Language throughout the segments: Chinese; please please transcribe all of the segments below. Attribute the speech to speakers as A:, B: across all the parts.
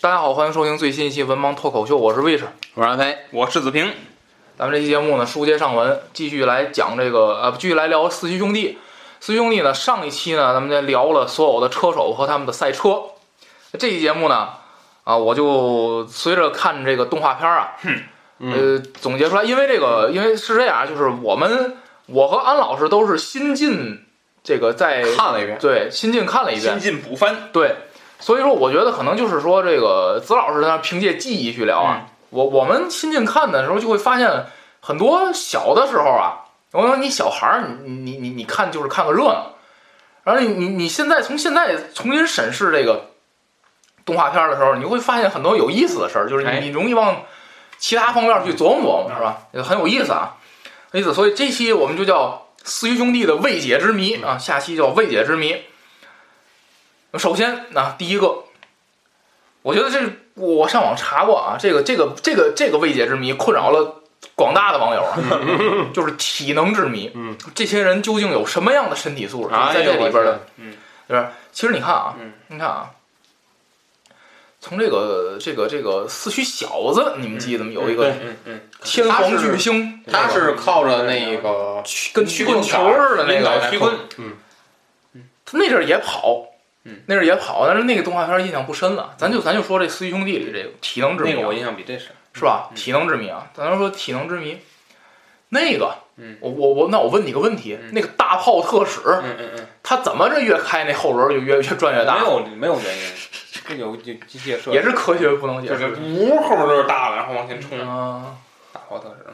A: 大家好，欢迎收听最新一期《文盲脱口秀》，我是卫士，
B: 我是安飞，
C: 我是子平。
A: 咱们这期节目呢，书接上文，继续来讲这个呃，继续来聊四驱兄弟。四驱兄弟呢，上一期呢，咱们聊了所有的车手和他们的赛车。这期节目呢，啊，我就随着看这个动画片啊，呃，总结出来，因为这个，因为是这样，啊就是我们我和安老师都是新进这个在
B: 看了一遍，
A: 对，新进看了一
C: 新
A: 遍，
C: 进补番，
A: 对。所以说，我觉得可能就是说，这个子老师他凭借记忆去聊啊，嗯、我我们新近看的时候就会发现很多小的时候啊，我说你小孩儿，你你你你看就是看个热闹，然后你你你现在从现在重新审视这个动画片的时候，你会发现很多有意思的事儿，就是你你容易往其他方面去琢磨琢磨，是吧？也很有意思啊，意思。所以这期我们就叫《四驱兄弟的未解之谜》啊，下期叫《未解之谜》。首先，那、啊、第一个，我觉得这我上网查过啊，这个这个这个这个未解之谜困扰了广大的网友啊，就是体能之谜。
C: 嗯，
A: 这些人究竟有什么样的身体素质，
C: 啊、
A: 在这里边的？
C: 嗯，
A: 对吧？其实你看啊，
C: 嗯、
A: 你看啊，从这个这个这个四驱小子，你们记得吗？有一
C: 嗯
A: 个天皇巨星，
B: 他是靠着那个
C: 嗯
A: 跟曲棍球似的那个
C: 曲棍，
B: 嗯，
A: 他那阵儿也跑。
C: 嗯
A: 那阵也跑，但是那个动画片印象不深了。咱就咱就说这四驱兄弟里这个体能之谜、啊，
C: 那个我印嗯象比这深，
A: 是吧？体能之谜啊，咱说体能之谜，那个，
C: 嗯，
A: 我我我，那我问你个问题，
C: 嗯、
A: 那个大炮特使，
C: 嗯嗯嗯，
A: 他怎么这越开那后轮就越越转越大？
C: 没有没有原因，这有有机械设
A: 也是科学不能解释，
C: 呜后轮大了，然后往前冲
A: 啊，
C: 大炮特使，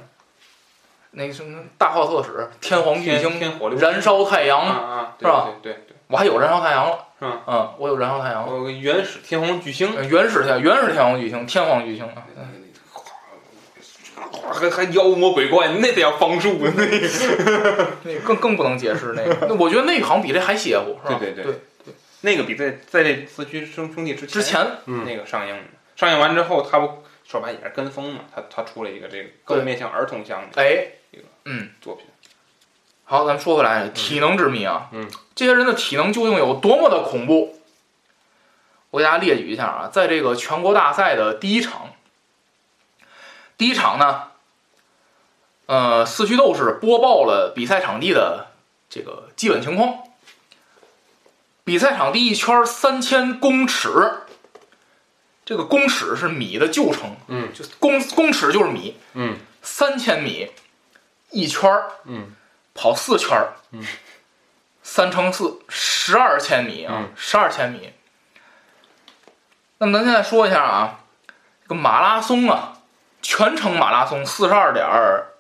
A: 那个什么大炮特使，天皇巨星，
C: 天火
A: 燃烧太阳，
C: 啊啊，
A: 是吧？
C: 对对对。
A: 我还有燃烧太阳了，
C: 嗯
A: 嗯，我有燃烧太阳，呃
C: 我有个原始天皇巨星，
A: 原始天原始天皇巨星，天皇巨星啊，
C: 还还妖魔鬼怪，那得要方术，
A: 那更更不能解释那个，我觉得那个好像比这还邪乎，是
C: 吧？
A: 对
C: 对
A: 对
C: 对， 那个比在在这四驱兄兄弟之
A: 之前
C: 那个上映，上映完之后，他不说白也是跟风嘛，他他出了一个这个更面向儿童向的
A: 哎
C: 一个
A: 嗯
C: 作品。
A: 好，咱们说回
B: 嗯
A: 来，体能之谜
C: 啊，
A: 嗯，这些人的体能究竟有多么的恐怖？我给大家列举一下啊，在这个全国大赛的第一场，第一场呢，呃，四驱斗士播报了比赛场地的这个基本情况。比赛场地一圈三千公尺，这个公尺是米的旧称，
B: 嗯，
A: 就公公尺就是米，
B: 嗯，
A: 三千米一圈儿，
B: 嗯，
A: 跑四圈儿，
B: 嗯，
A: 三乘四十二千米啊
B: 嗯，
A: 十二千米。那么咱现在说一下啊，这个马拉松啊，全程马拉松四十二点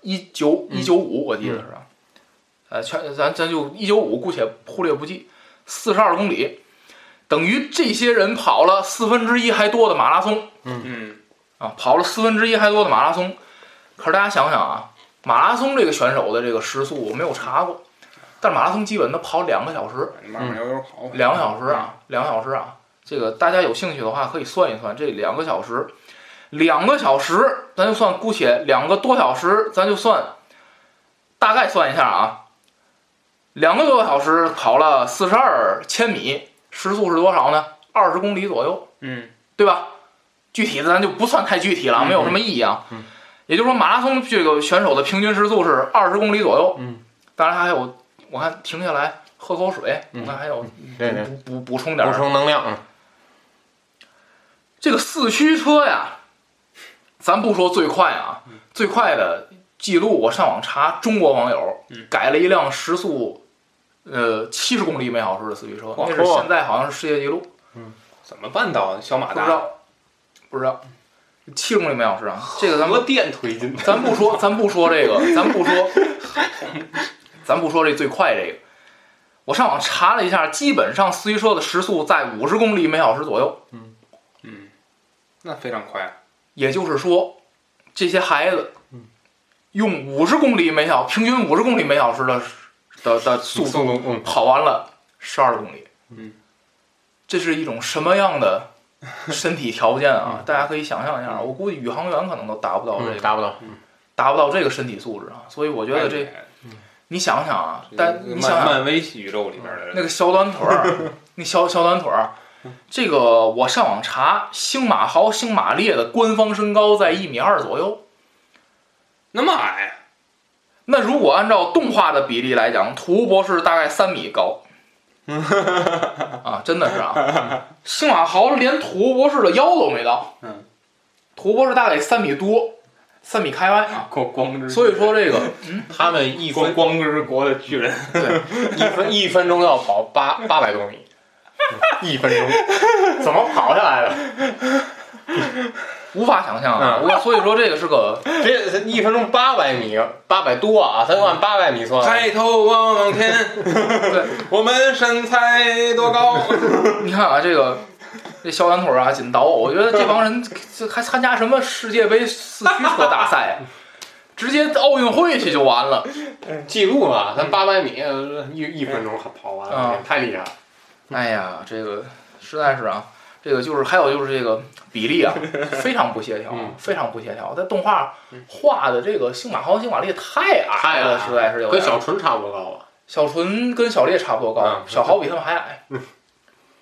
A: 一九
B: 嗯
A: 一九五，我记得是吧？呃，全咱咱就一九五，姑且忽略不计，四十二公里，等于这些人跑了四分之一还多的马拉松。
C: 嗯，
A: 啊，跑了四分之一还多的马拉松。可是大家想想啊，马拉松这个选手的这个时速我没有查过，但是马拉松基本都跑两个小时，
C: 慢慢悠悠跑吧。
A: 两个小时啊，两个小时啊。这个大家有兴趣的话可以算一算，这两个小时，两个小时，咱就算姑且两个多小时，咱就算大概算一下啊，两个多小时跑了四十二千米，时速是多少呢？二十公里左右。
C: 嗯，
A: 对吧？具体的咱就不算太具体了，没有什么意义啊。
B: 嗯
A: 也就是说，马拉松这个选手的平均时速是二十公里左右。
B: 嗯，
A: 当然还有，我看停下来喝口水，
B: 嗯
A: 我看还有补
B: 对对，
A: 补补补充点
B: 补
A: 儿。
B: 充能量，嗯
A: 这个四驱车呀，咱不说最快啊，
B: 嗯
A: 最快的记录我上网查，中国网友
C: 嗯
A: 改了一辆时速呃七十公里每小时的四驱车，
B: 哇
A: 那是现在好像是世界纪录，
C: 怎么办到的？小马
A: 不知
C: 达
A: 道不知道七十公里每小时啊，这个咱们
B: 和电推进，
A: 咱不说，咱不说这个，咱不说，咱不说这最快这个。我上网查了一下，基本上四驱车的时速在五十公里每小时左右，
C: 那非常快。啊
A: 也就是说，这些孩子
B: 嗯
A: 用五十公里每小平均五十公里每小时的的的速
B: 速
A: 度
B: 度，嗯，
A: 跑完了十二公里。
C: 嗯，
A: 这是一种什么样的身体条件啊？大家可以想象一下。我估计宇航员可能都达不到这
B: 嗯
A: 个，
B: 达不到，
A: 达不到这个身体素质啊。所以我觉得这
C: 哎
A: 你想想啊，但
C: 漫
A: 你想想
C: 漫威宇宙里边的
A: 那个小短腿儿，那小小短腿儿，这个我上网查，星马豪、星马烈的官方身高在一米二左右。
C: 那么矮，
A: 那如果按照动画的比例来讲，图博士大概三米高，啊，真的是啊，星马豪连图博士的腰都没到，
C: 嗯，
A: 图博士大概三米多，三米开外啊，
C: 光光之，
A: 所以说这个
B: 他们一
C: 光
B: 分
C: 光之国的巨人，
B: 一分一分钟要跑八八百多米，一分钟怎么跑下来的？
A: 无法想象啊，我所以说这个是个
B: 这一分钟八百米，八百多啊，咱就按八百米算，
C: 抬头望望天，
A: 对。
C: 我们身材多高？
A: 你看啊，这个这小短腿儿啊，紧倒，我觉得这帮人这还参加什么世界杯四驱车大赛啊？直接奥运会去就完了。
B: 记录嘛，咱八百米呃一一分钟跑完了
A: 嗯，
B: 太厉害了。
A: 哎呀，这个实在是啊，这个就是还有就是这个比例啊，非常不协调
B: 嗯，
A: 非常不协调。在动画画的这个星马豪、星马烈太矮了，实在是有
B: 跟
A: 点
B: 小纯差不多高啊。
A: 小纯跟小烈差不多高
B: 嗯，
A: 小豪比他们还矮，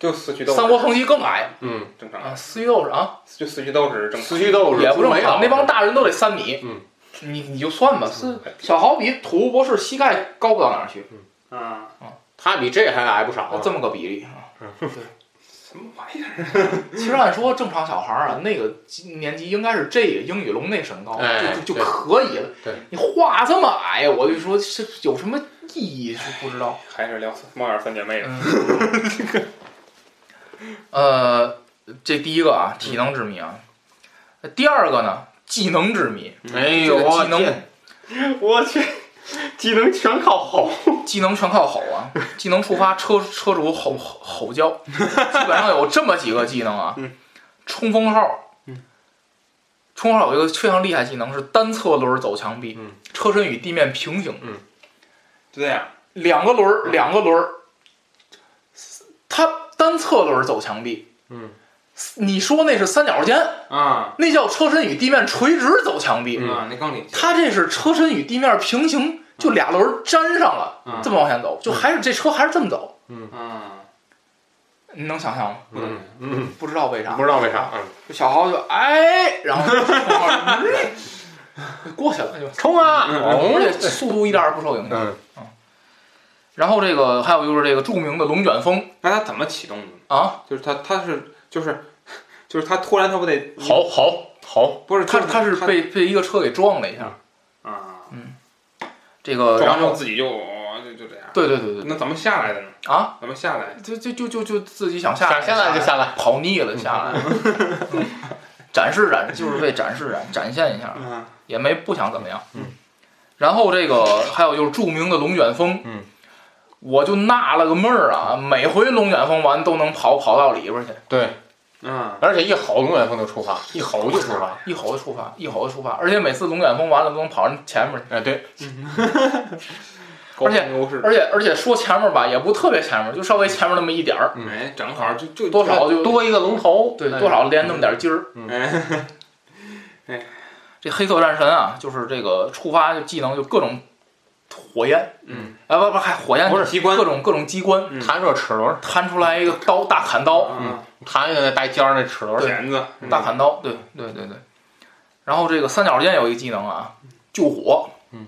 C: 就四驱斗
A: 三
C: 士
A: 国同级更矮
B: 嗯，
C: 正常
A: 啊，，四驱斗士啊。
C: 就四驱斗士正常
B: 四驱斗士
A: 也不正
B: 没有
A: 常，那帮大人都得三米。
B: 嗯，
A: 你你就算吧，是小豪比土博士膝盖高不到哪儿去，
C: 啊，
B: 他比这还矮不少啊。
A: 这么个比例啊。
C: 什么玩意儿？
A: 其实按说正常小孩儿
B: 嗯
A: 啊，那个年纪应该是这个英语龙那身高
B: 哎
A: 就就就
B: 对
A: 可以了。
B: 对，
A: 你画这么矮，我就说是有什么意义是不知道。
C: 还是聊猫眼三姐妹了。
A: 嗯，呃，这第一个啊，体能之谜啊。第二个呢，技能之谜。
B: 哎
A: 这
B: 呦，
A: 个
B: 我
A: 技能
B: 天， 我去，技能全靠吼。
A: 技能全靠吼啊！ 技能触发车车主吼吼吼叫，基本上有这么几个技能啊。
B: 嗯
A: 冲锋号，冲锋号有一个非常厉害技能是单侧轮走墙壁
B: 嗯，
A: 车身与地面平行，
C: 就这样，
A: 两个轮儿
B: 嗯
A: 两个轮儿，它单侧轮走墙壁。
B: 嗯，
A: 你说那是三角尖，
C: 啊
A: 那叫车身与地面垂直走墙壁。
B: 嗯
C: 啊，那更理性。
A: 它这是车身与地面平行，就俩轮儿粘上了，
C: 嗯
A: 这么往前走，就还是这车还是这么走。
C: 啊，
A: 你能想象吗？
B: 嗯嗯，
A: 不知道为啥
B: 不，知道为啥，嗯，
A: 就小豪就哎，然后就嗯过去了 就，
B: 冲啊！
C: 嗯
A: 而且速度一点儿也不受影响。
B: 嗯，
A: 然后这个还有就是这个著名的龙卷风
C: 那它怎么启动的呢？
A: 啊，
C: 就是它它是就是就是它突然它不得
B: 好好好，
C: 不是
A: 它
C: 它
A: 它是被被一个车给撞了一
B: 嗯
A: 下，
C: 啊
A: 这个然
C: 撞完之
A: 后
C: 后自己就哦就就这样。
A: 对对对对
C: 那怎么下来的呢？
A: 啊，
C: 怎么下来？
A: 就就就就就自己想下来
B: 想下来就下来，
A: 跑腻了下来，嗯展示展就是为展示展展现一下，
C: 嗯
A: 也没不想怎么样。
B: 嗯，
A: 然后这个还有就是著名的龙卷风，
B: 嗯，
A: 我就纳了个闷儿啊，每回龙卷风完都能跑跑到里边儿去，
B: 对，
C: 嗯，
B: 而且一吼龙卷风就触发，一吼就触发，
A: 一猴子触发，一猴子触发，而且每次龙卷风完了都能跑人前面去，
B: 哎，对，
C: 沟
A: 而且
C: 通优势，
A: 而且而且说前面吧也不特别前面，就稍微前面那么一点儿，
C: 哎，正好就就
A: 多少就
B: 多一个龙头，
A: 对
B: 哎
A: 多少连那么点儿筋儿。
C: 哎，
A: 这黑色战神啊，就是这个触发技能就各种火焰，
C: 嗯，
A: 啊不不还火焰
C: 不是机关
A: 各种各种机关，
C: 嗯
B: 弹射齿轮，
A: 弹出来一个刀大砍刀，
C: 嗯，
B: 弹一个那带尖儿那齿轮，
C: 钳子，嗯
A: 大砍刀，对对对对。然后这个三角剑有一技能啊，救火。
B: 嗯，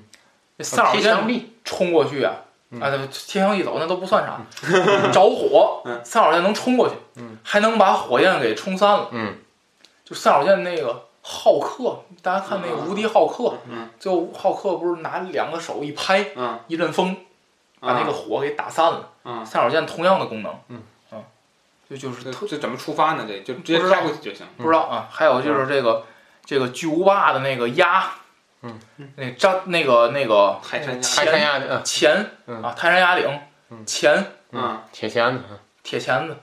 A: 这三角
B: 贴墙
A: 剑
B: 壁，
A: 冲过去啊，
B: 嗯
A: 啊，对贴墙一走那都不算啥，着火
C: 嗯，
A: 三角剑能冲过去
B: 嗯，
A: 还能把火焰给冲散了。
B: 嗯，
A: 就三角剑那个浩克，大家看那个
C: 嗯
A: 无敌浩克，
C: 嗯
A: 最后浩克不是拿两个手一拍，
C: 嗯，啊
A: 一阵风把那个火给打散了。
C: 嗯
A: 三角剑同样的功能，
B: 啊嗯
A: 啊，就就是
C: 这
A: 特
C: 这怎么触发呢？这就直接
A: 不知道
C: 开过去就行。
A: 不知道啊。还有就是这个这个巨无霸的那个鸭，
B: 嗯，
A: 那张那个那个
C: 泰山鸭
B: 开山
A: 钱
B: 压嗯，
A: 钱
B: 嗯
A: 啊，泰山压岭
B: 嗯
A: 钱
C: 嗯，
B: 铁钳子，嗯
A: 铁钳子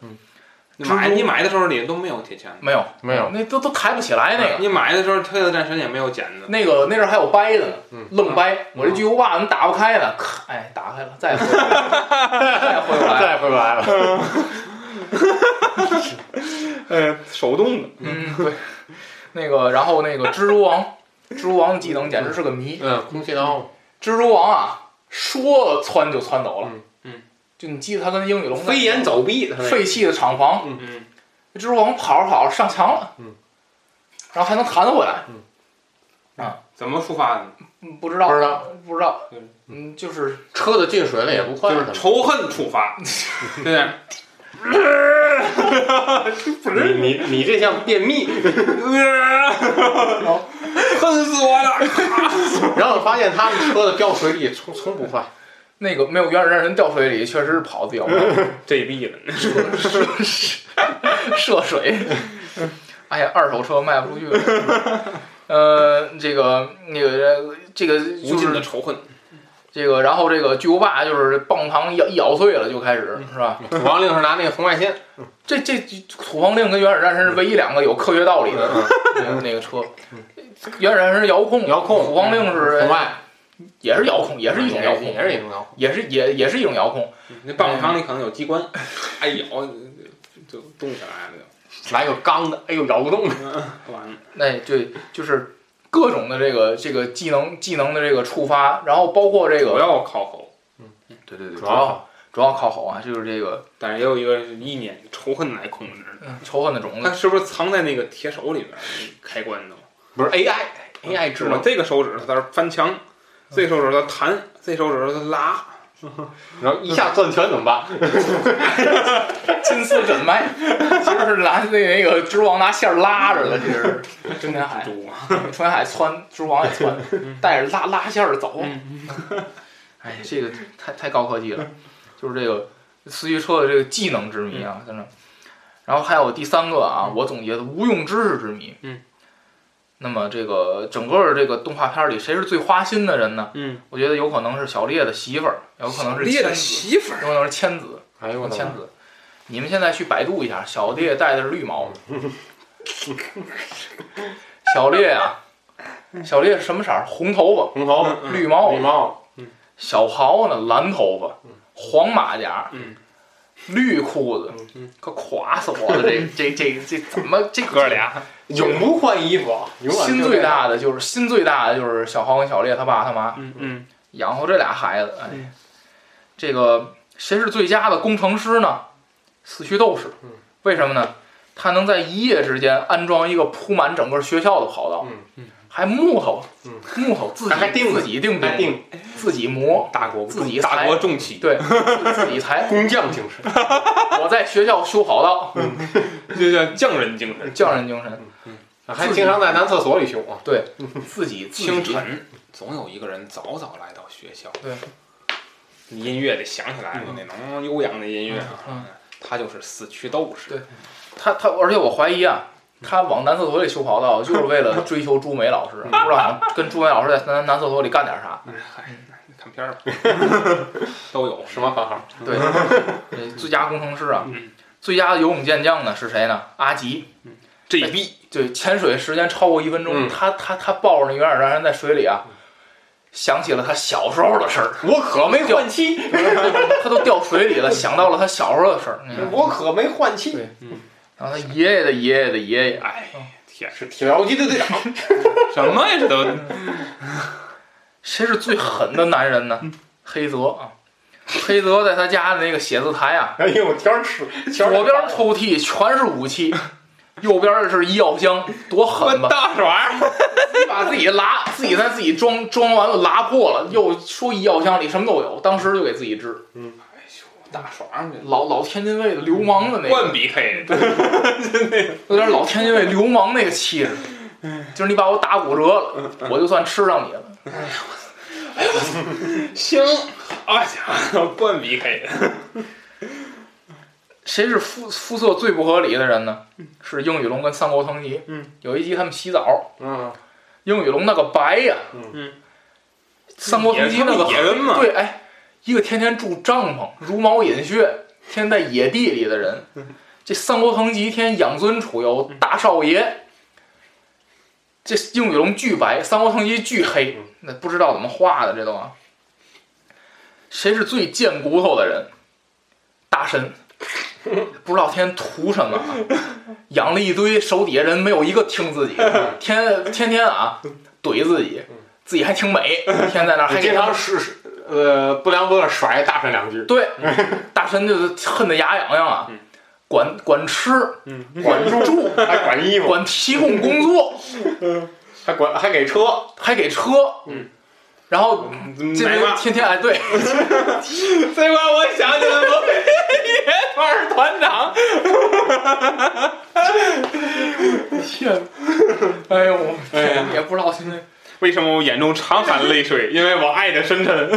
C: 你
A: 蜘
C: 买
A: 蛛
C: 你买的时候里都没有铁钳子，
A: 没有
B: 没有，嗯
A: 那都都抬不起来那个
C: 你买的时候推的战神也没有剪子，
A: 那个那阵儿还有掰的呢
B: 嗯，
A: 愣掰。我这巨无霸怎么打不开呢？咔，哎，打开了，再回再回不 来。
B: 再回不来了，
C: 呃，手动的，
A: 嗯，对，那个然后那个蜘蛛王，蜘蛛王的技能简直是个谜。
B: 嗯，空气刀，
A: 蜘蛛王啊，说窜就窜走了，
B: 嗯
C: 嗯，
A: 就你记得他跟英语龙在
B: 飞檐走壁，他那个
A: 废弃的厂房，
C: 嗯，
A: 蜘蛛王跑着跑着上墙了，
B: 嗯，
A: 然后还能弹回来，
C: 怎么触发的呢？
A: 嗯，不知道，
B: 不知道，
A: 不知道
C: 嗯，
A: 嗯，就是
B: 车子进水了也不换，
C: 就是仇恨触发，对不对？
B: 不是你你你这像便秘，
C: 呃恨死我了！
B: 然后发现他们车子掉水里从从不换，
A: 那个没有原始战神掉水里，确实是跑的比较慢，
C: 这逼的，
A: 涉水，哎呀，二手车卖不出去了，呃，这个那个这个
C: 无
A: 就
C: 尽的
A: 是
C: 仇恨，
A: 这个，然后这个巨无霸就是棒糖咬一咬碎了就开始是吧？
B: 王令是拿那个红外线，
A: 这这土方令跟原始战神是唯一两个有科学
B: 嗯
A: 道理的那个那个车，原始战神是遥控，
B: 遥控嗯
A: 土方令是
B: 红外
A: 也是遥控，也是一种遥控，
B: 也是一种遥控，
A: 也是也也是一种遥控。
C: 那棒棒糖
A: 嗯
C: 里可能有机 关，哎咬就动起来了，
B: 来个钢的，哎呦咬不动，
C: 就完了。
A: 那对，就是各种的这个这个技能技能的这个触发，然后包括这
C: 主
A: 个
C: 要靠吼，
A: 对对对，主
B: 主要
A: 要主要靠吼啊，就是这个
C: 但是也有一个是意念仇恨来控制的，
A: 嗯仇恨的种
C: 它
A: 子。
C: 是不是藏在那个铁手里边儿开关的？
B: 不是 AI AI 智
C: 我
B: 能，
C: 这个手指头在这翻墙，
A: 嗯
C: 这手指头弹，这手指头它拉，
B: 然后一下攥拳怎么办？
A: 金丝诊脉， 其实是拿那那个蜘蛛王拿线儿拉着的，其实是中南海，
C: 猪啊！
A: 中南海窜，蜘蛛王也窜，带着拉拉线儿走。
C: 嗯
A: 哎，这个太太高科技了，就是这个四驱车的这个技能之谜啊，真的。然后还有第三个啊，我总结的无用知识之谜。
C: 嗯。
A: 那么这个整个这个动画片里，谁是最花心的人呢？
C: 嗯，
A: 我觉得有可能是小烈的媳妇儿，有可能是
C: 烈的
A: 千子
C: 媳妇儿
A: 有可能是千子，
B: 哎呦
A: 有
B: 我的
A: 千
B: 妈！
A: 子。你们现在去百度一下，小烈戴的是绿毛。小烈啊，小烈是什么色儿？红头发，
B: 红头嗯绿
A: 绿毛。啊
B: 帽，
A: 小豪呢，蓝头发，
B: 嗯
A: 黄马甲，
C: 嗯
A: 绿裤子，
B: 嗯
A: 可垮死我了！ 这这这这怎么这哥俩？
B: 嗯永不换衣服，啊永远
A: 心
B: 就
A: 最大的就是心最大的就是小豪跟小烈他爸他妈
C: 嗯嗯，
A: 养活这俩孩子。哎
C: 嗯，
A: 这个谁是最佳的工程师呢？四驱斗士
B: 嗯。
A: 为什么呢？它能在一夜之间安装一个铺满整个学校的跑道，
B: 嗯
A: 还木头
B: 嗯，
A: 木头自己
B: 还定
A: 自己定
B: 还
A: 定，
B: 定
A: 自己磨，
C: 大国
A: 自己
C: 大
A: 裁
C: 国重器，
A: 对，自自己裁。
B: 工匠精神，
A: 我在学校修跑道，
C: 就叫匠人精神，
A: 匠人精神，
B: 还经常在男厕所里修啊。
A: 自己自己
C: 清晨总有一个人早早来到学校，
A: 对，
C: 音乐得响起来了，那能悠扬的音乐啊，
A: 嗯
C: 他就是四驱斗士，
A: 对他他，而且我怀疑啊，他往男厕所里修跑 道，就是为了追求朱梅老师，
B: 嗯
A: 不知道好像跟朱梅老师在男男厕所里干点啥。
C: 嗨，看片儿吧， 都有
B: 什么番号？
A: 对，呃最佳工程师啊
C: 嗯，
A: 最佳游泳健将呢是谁呢？阿吉。
C: GB
A: 对，潜水时间超过一分钟，
B: 嗯
A: 他他他抱着那远远让人在水里啊，想起了他小时候的事儿，
B: 我可没换妻，
A: 他都掉水里了，想到了他小时候的事儿。你看
B: 我可没换
A: 对
B: 妻，
A: 然后他爷爷的爷爷的爷啊爷，
B: 是铁道机的队长。
C: 哎 什么呀？这都
A: 谁是最狠的男人呢？黑泽啊，黑泽在他家的那个写字台啊，
B: 哎呦，我天儿吃，天儿
A: 左边抽屉全是武器，右边是医药箱，多狠吧！
C: 大耍，
A: 自己把自己拉，自己在自己装装完了拉破了，又说医药箱里什么都有，当时就给自己治。
C: 大耍去，
A: 老老天津卫的流氓的那
C: 灌
A: 个，
C: BK 的。
A: 有点老天津卫流氓那个气质，就是你把我打骨折了，我就算吃上你了。
C: 行，哎呀，灌 BK 的，
A: 谁是肤肤色最不合理的人呢？是英语龙跟三国藤吉。
B: 嗯，
A: 有一集他们洗澡，
B: 嗯，
A: 英语龙那个白呀，
C: 嗯，
A: 三国藤吉那个
C: 野人嘛，
A: 对，哎，一个天天住帐篷、茹毛饮血、天天在野地里的人，
B: 嗯
A: 这三国藤吉天天养尊处优，大少爷。这英语龙巨白，三国藤吉巨黑，
B: 嗯
A: 那不知道怎么画的，这都啊。谁是最贱骨头的人？大 神，不知道天天图什么啊，养了一堆手底下人，没有一个听自己 的，天天天啊怼自己，自己还挺美，天天在那儿还
B: 嗯你
A: 给
B: 经
A: 他们
B: 常是是呃不良不乐甩大神两句，
A: 对，大神就是恨得牙痒痒啊，
C: 嗯
A: 管管吃，
B: 管住，还管衣服，
A: 管提供工作，
B: 还管还给车，
A: 还给车，
C: 嗯，
A: 然后这
C: 没
A: 人
C: 吧？
A: 天天哎，对，
C: 这块我想起来了，野团团长，
A: 天， 哎呦，我
C: 哎呀
A: 天，也不知道现在
C: 为什么我眼中常含泪水？因为我爱的深 沉，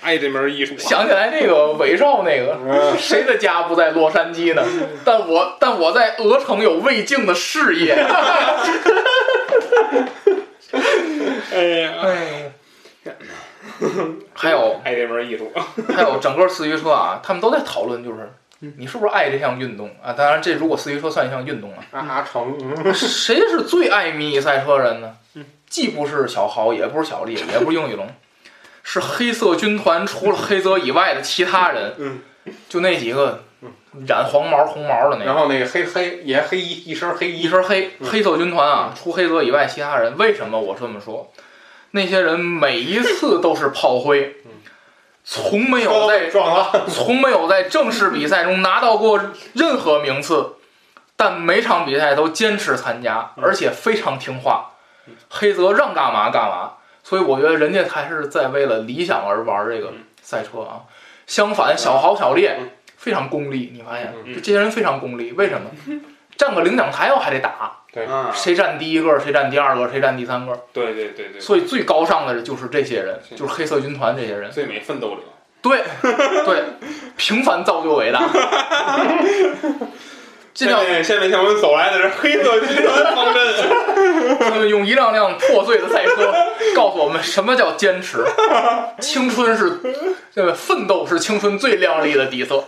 C: 爱这门艺术啊。
A: 想起来那个韦少那
C: 嗯
A: 个，谁的家不在洛杉矶呢？但我但我在鹅城有未尽的 事业，
C: 哎呀，
A: 哎呦，还有
C: 爱这门艺术，
A: 还有整个四驱车啊，他们都在讨论，就是
C: 嗯
A: 你是不是爱这项运动啊？当然，这如果四驱车算一项运动了、
B: 啊成，
A: 谁是最爱迷你赛车人呢？
B: 嗯
A: 既不是小豪，也不是小丽， 也不是英语龙，是黑色军团除了黑泽以外的其他人
B: 嗯，
A: 就那几个染黄毛红毛的那
B: 然
A: 个，
B: 后那嗯个黑黑也黑衣一身黑
A: 哎一
B: 衣，
A: 身黑黑色军团啊，除黑泽以外其他人，为什么我这么说？那些人每一次都是炮灰，
B: 嗯
A: 从没有在
B: 撞了，
A: 从没有在正式比赛中拿到过任何名次，但每场比赛都坚持参加，
C: 嗯
A: 而且非常听话。黑泽让干嘛干嘛，所以我觉得人家还是在为了理想而玩这
C: 嗯
A: 个赛车啊。相反，小豪小烈
B: 嗯
A: 非常功利，你发现
C: 嗯
A: 就这些人非常功利，为什么？站个领奖台我还得打，
C: 啊
A: 谁站第一个，谁站第二个，谁站第三个，
C: 对对对对，
A: 所以最高尚的就是这些人，
C: 是
A: 就是黑色军团这些人。
C: 最美奋斗者，
A: 对对，平凡造就伟大。这
C: 下
A: 辆
C: 面下面向我们走来的是黑色军团方阵，
A: 他们呃用一辆辆破碎的赛车告诉我们什么叫坚持，青春是，这个奋斗是青春最亮丽的底色。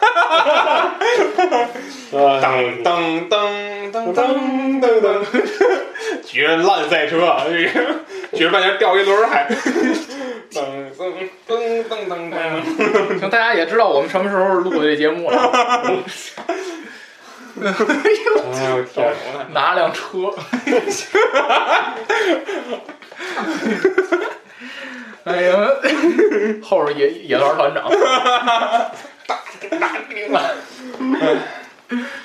C: 当当当当当，
B: 噔噔噔，
C: 绝烂赛车啊，这个绝半截掉一轮儿还，噔噔噔噔噔噔。
A: 行，大家也知道我们什么时候录的这节目了，
B: 哎呦天，
A: 拿辆车。哎呀，后边野野团团长，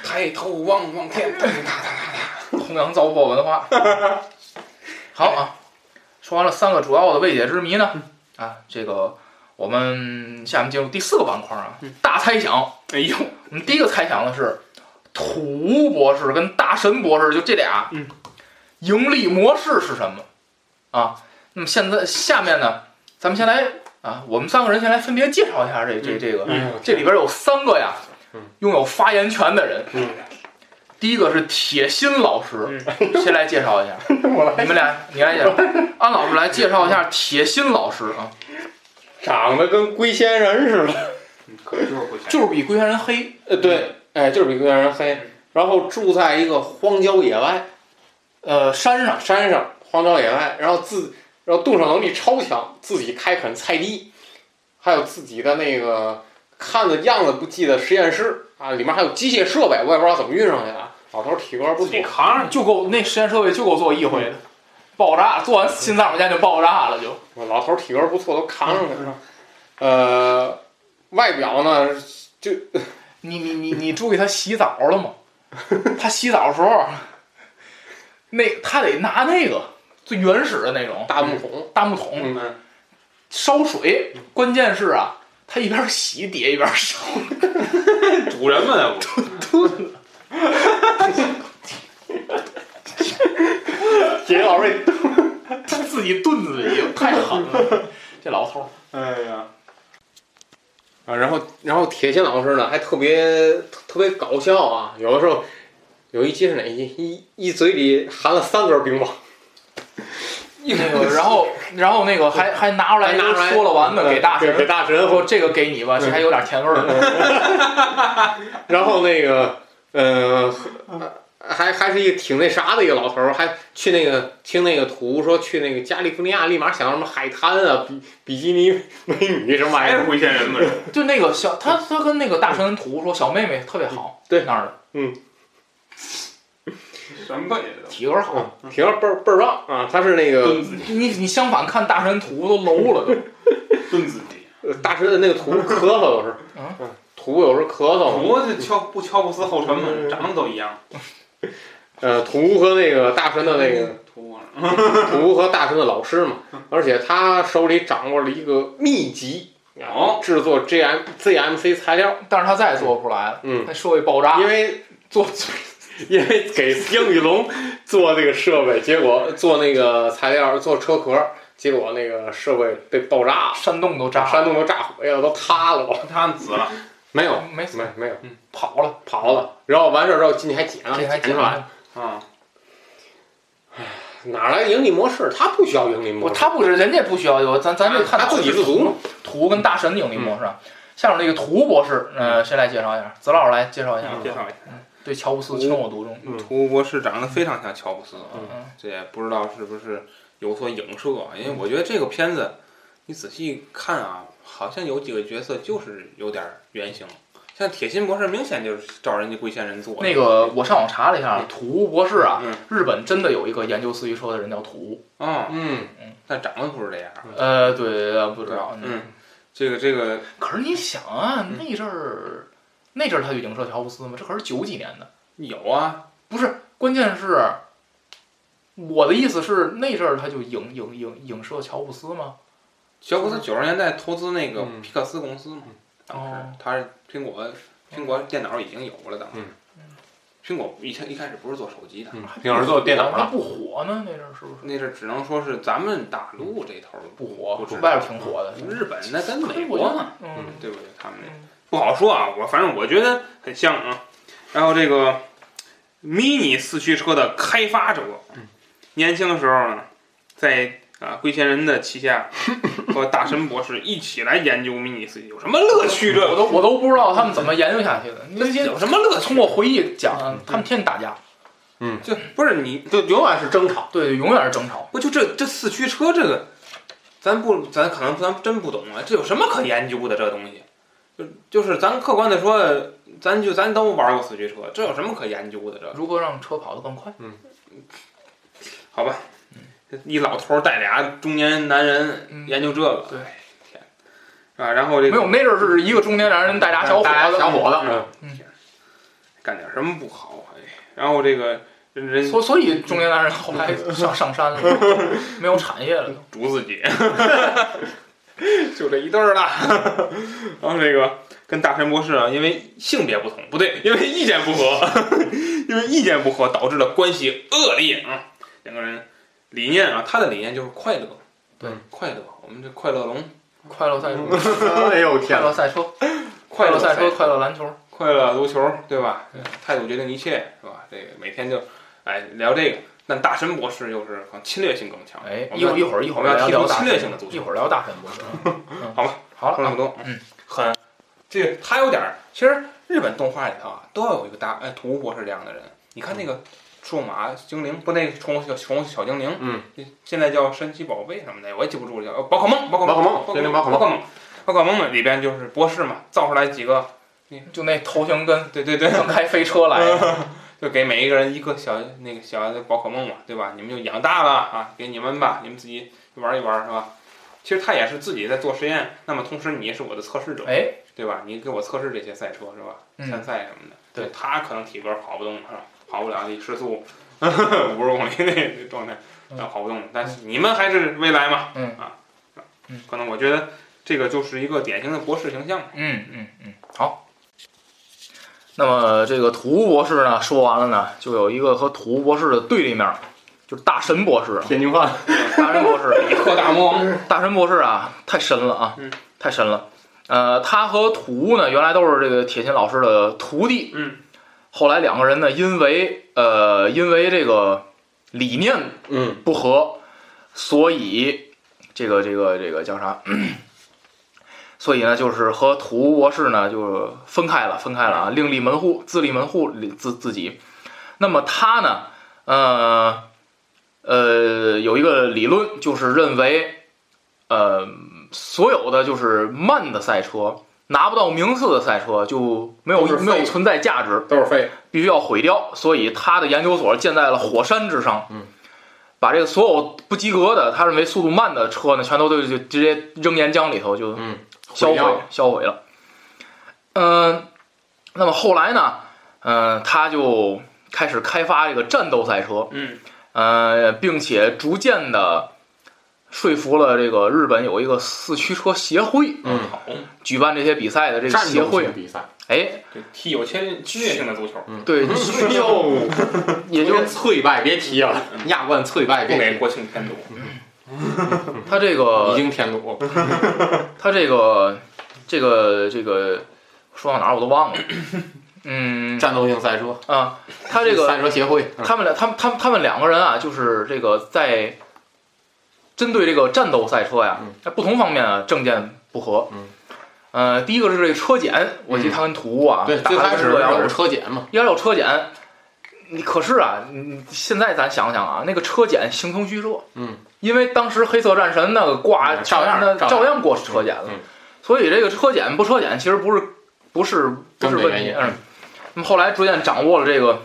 C: 抬头望望天，哒哒哒
A: 弘扬糟粕文化。好啊，说完了三个主要的未解之谜呢，啊，这个我们下面进入第四个板块啊，大猜想。
C: 哎呦，
A: 我们第一个猜想的是，土屋博士跟大神博士就这俩，
C: 嗯，
A: 盈利模式是什么？啊，那么现在下面呢，咱们先来啊，我们三个人先来分别介绍一下这这这个，
B: 嗯
A: 这里边有三个呀
B: 嗯，
A: 拥有发言权的人。
C: 嗯
A: 第一个是铁心老师，谁来介绍一下？你们俩，你来介绍。安老师来介绍一下铁心老师啊，
B: 长得跟龟仙人似的。
C: 可就是会想，
A: 就是比龟仙人黑，
B: 呃，对，哎，就是比龟仙人黑。然后住在一个荒郊野外，
A: 呃，山上
B: 山上荒郊野外，然后自然后动手能力超强，自己开垦菜地，还有自己的那个看着样子不记得实验室啊，里面还有机械设备，我也不知道怎么运上去的。老头儿体格
C: 自
B: 不错
C: 己，扛上去。
A: 就够那实验设备就够做一
B: 嗯
A: 回的，爆炸做完心脏火箭就爆炸了，就
B: 老头儿体格不错，都扛上去了。呃，外表呢，
A: 你你你你注意他洗澡了 吗？他洗澡的时候，那他得拿那个最原始的那种
B: 大木桶，
A: 大木桶
C: 嗯，
A: 烧水，关键是啊，他一边洗底下一边烧，
C: 主人们啊，我
B: 杰老瑞
A: 他自己炖自己，太狠了，这老 头儿。
C: 哎呀，
B: 啊，然后然后铁心老师呢还特别特特别搞笑啊，有的时候有一集是哪一集？一一嘴里含了三根冰棒，
A: 那个，然后，然后那个还还拿出来，
B: 还拿出来嗯
A: 说了完的给大
B: 给
A: 神嗯
B: 大神
A: 说这个给你吧，这还有点甜味儿呢。
B: 然后那个，呃，还还是一个挺那啥的一个老头儿，还去那个听那个图说去那个加利福尼亚，立马想到什么海滩啊、比比基尼美女什么玩
C: 还
B: 意
C: 是
B: 儿。
C: 龟仙人嘛，这
A: 就那个小他他跟那个大神图说小妹妹特别好，
B: 嗯对
A: 那儿的
C: 什么也都
A: 体格好。
B: 嗯，挺倍儿倍儿棒啊！他是那个
C: 蹲自己，
A: 你你相反看大神图都楼了都，
C: 蹲自己。
B: 呃大神的那个图咳嗽有时候
A: 啊，
B: 嗯图有时候咳嗽，
C: 我这敲不敲不死后尘嘛，长得都一样。
B: 呃，图和那个大神的那个
C: 图啊，
B: 图和大神的老师嘛，而且他手里掌握了一个秘籍，啊
C: 哦，
B: 制作 G M Z M C 材料，
A: 但是他再也做不出来了，
B: 嗯，
A: 那社会爆炸
B: 因为
A: 做
B: 因为给冰雨龙做这个设备，结果做那个材料做车壳，结果那个设备被爆炸了，
A: 山洞都炸
B: 山
A: 了，
B: 洞都炸毁了，都塌了。
C: 他死了，
B: 没有，
A: 没死
B: 没没有，
A: 跑了，
B: 跑了。然后完事儿之后进去还捡，
A: 这还
B: 捡出来。
A: 来。
C: 啊，
B: 哪来盈利模式？他不需要盈利模
A: 我
B: 式，
A: 他不是人家不需要有，咱咱这看
B: 他自给自足嘛。嗯
A: 图跟大神的盈利模式啊。下面那个图博士，呃，谁来介绍一下？子老师来介绍一下，
B: 嗯
C: 介绍一下。
A: 对乔布斯情有独钟。
C: 图博士长得非常像乔布斯啊，
A: 嗯
C: 这也不知道是不是有所影射啊，因为我觉得这个片子你仔细看啊，好像有几个角色就是有点原型，像铁心博士明显就是照人家龟仙人做的。
A: 那个我上网查了一下，
C: 嗯
A: 土博士啊
C: 嗯，
A: 日本真的有一个研究四驱车的人叫土。
C: 啊、
B: 嗯，
C: 但长得不是这样。
A: 呃，对，呃不知道。
C: 嗯，这个这个
A: 可是你想啊，那阵儿，那阵儿他就影射乔布斯吗？这可是九几年的，
C: 有啊，
A: 不是？关键是，我的意思是，那阵儿他就影影影影射乔布斯吗？
C: 乔布斯九十年代投资那个
B: 嗯
C: 皮克斯公司嘛，当时
A: 哦
C: 他是苹果苹果电脑已经有了，当时
B: 嗯。
C: 苹果以前一开始不是做手机
A: 嗯
C: 的，
B: 平时做电脑
A: 他
B: 了，
A: 不火呢？那阵儿是不是？
C: 那是只能说是咱们大陆这头儿
A: 不火
C: 不知，道
A: 外边挺火的。
C: 日本那跟美
A: 我
C: 国嘛，
A: 嗯，
C: 对不对？他们那
A: 嗯
C: 不好说啊，我反正我觉得很像啊。然后这个 mini 四驱车的开发者，年轻的时候呢，在啊龟仙人的旗下和大神博士一起来研究 mini 四驱，有什么乐趣这？
A: 嗯我都我都不知道他们怎么研究下去的。那些
C: 有什么乐趣？
A: 从我回忆讲，他们天天打架，
C: 就不是你
B: 就永远是争吵。
A: 对，永远是争吵。
C: 不就这这四驱车这个，咱不咱可能咱真不懂啊，这有什么可研究的这东西？就就是咱客观的说，咱就咱都玩过四驱车，这有什么可研究的这？
A: 如何让车跑得更快？
C: 好吧，一老头儿带俩中年男人
A: 嗯
C: 研究这个，
A: 对
C: 哎天，啊，然后这
A: 没有
C: 个
A: 那阵儿是一个中年男人带俩小伙
B: 大家
A: 子，
B: 小伙子，嗯
C: 干点什么不好，哎，然后这个人人
A: 所所以中年男人后来上上山了，没有产业了都。
C: 煮自己， 就这一对儿了。然后这个跟大神博士啊，因为性别不同，不对，因为意见不合，因为意见不合导致了关系恶劣啊。两个人理念啊，他的理念就是快乐，
A: 对，
C: 快乐。我们这快乐龙，
A: 快乐赛车，
B: 哎呦
A: 快
B: 天
A: 乐
B: 哪！
A: 赛车，
C: 快
A: 快
C: 乐
A: 乐赛
C: 赛
A: 车，
C: 车，
A: 快乐篮球，
C: 快乐足球，对吧呃
A: 对？
C: 态度决定一切，是吧？这个每天就哎聊这个。但大神博士又是可能侵略性更强，
A: 哎，
C: 我
A: 一会儿
C: 们
A: 一会儿一
C: 我
A: 会
C: 们
A: 儿
C: 要
A: 聊
C: 提
A: 聊
C: 出
A: 大
C: 侵
A: 神
C: 略性的足
A: 一
C: 球。
A: 会儿聊大神博士。 嗯
C: 好吧，
A: 好
C: 说那
A: 了，
C: 么多，
A: 嗯，
C: 很，这个他有点儿，其实日本动画里头啊，都要有一个大哎土屋博士这样的人。你看那个数码精灵，不，那个宠物小宠物小精灵，
B: 嗯，
C: 现在叫神奇宝贝什么的，我也记不住叫，呃宝可梦，宝可梦，
B: 宝可梦精灵
C: 宝可
B: 宝可
C: 梦，宝可
B: 梦
C: 梦，宝可梦里边就是博士嘛，造出来几个，
A: 就那头型跟
C: 对对对，
A: 刚开飞车来的，
C: 就给每一个人一个小那个小的宝可梦嘛，对吧？你们就养大了啊，给你们吧，你们自己玩一玩，是吧？其实他也是自己在做实验，那么同时你也是我的测试者，
A: 哎，
C: 对吧？你给我测试这些赛车是吧？
A: 嗯
C: 参赛什么的，
A: 对
C: 就他可能体格跑不动是吧？跑不了，你时 速五十公里那那状态，
A: 嗯
C: 那跑不动。但是你们还是未来嘛，
A: 嗯
C: 啊，
A: 嗯
C: 可能我觉得这个就是一个典型的博士形象。
A: 嗯嗯嗯，好。那么这个图博士呢，说完了呢，就有一个和图博士的对立面儿，就是大神博士。啊
B: 天津话，
A: 大神博士，
C: 一克大魔王，
A: 大神博士啊，太神了啊
C: 嗯，
A: 太神了。呃，他和图呢，原来都是这个铁心老师的徒弟。
C: 嗯。
A: 后来两个人呢，因为呃，因为这个理念
B: 嗯，
A: 不和，所以这个这个这个叫啥？所以呢，就是和图博士呢就分开了，分开了啊，另立门户，自立门户，立自自己。那么他呢，呃呃，有一个理论，就是认为，呃，所有的就是慢的赛车，拿不到名次的赛车就没有
B: 都是废
A: 没有存在价值。
B: 都是废。
A: 必须要毁掉，所以他的研究所建在了火山之上。
B: 嗯，
A: 把这个所有不及格的，他认为速度慢的车呢，全都就就直接扔岩浆里头就
B: 嗯，
A: 销毁、
B: 毁掉
A: 销毁了。嗯、那么后来呢？嗯、他就开始开发这个战斗赛车，
C: 嗯
A: 呃，并且逐渐的说服了这个日本有一个四驱车协会，
B: 嗯
C: 好，
A: 举办这些比赛的这个
B: 战
A: 协
B: 斗
A: 会
B: 性，比赛，
A: 哎，
C: 这踢有侵侵略性的足球，
B: 嗯
A: 对，
B: 哟，
A: 也就
B: 哎就是脆败，别提了， 亚冠脆败，
C: 不给
B: 别提，
C: 国庆添堵。
A: 他这个
B: 已经添堵。
A: 他这个这个这个说到哪儿我都忘了。嗯
B: 战斗性赛车，
A: 啊，他这个
B: 赛车协会，
A: 他们俩他们他们他们两个人啊，就是这个在针对这个战斗赛车呀
B: 嗯，
A: 在不同方面啊政见不合。
B: 嗯。
A: 呃，第一个是这个车检，我记得他跟图啊，
B: 对，
A: 打
B: 最
A: 了
B: 开始
A: 个两
B: 有
A: 手
B: 车检嘛，
A: 要有车检，你可是啊，你现在咱想想啊，那个车检形同虚设，
B: 嗯，
A: 因为当时黑色战神那个挂
B: 嗯照样
A: 那
B: 照样
A: 照样过车检了，
B: 嗯嗯
A: 所以这个车检不车检其实不是不是不
B: 根
A: 是
B: 本
A: 问
B: 原
A: 题
B: 因，
A: 嗯，那么后来逐渐掌握了这个，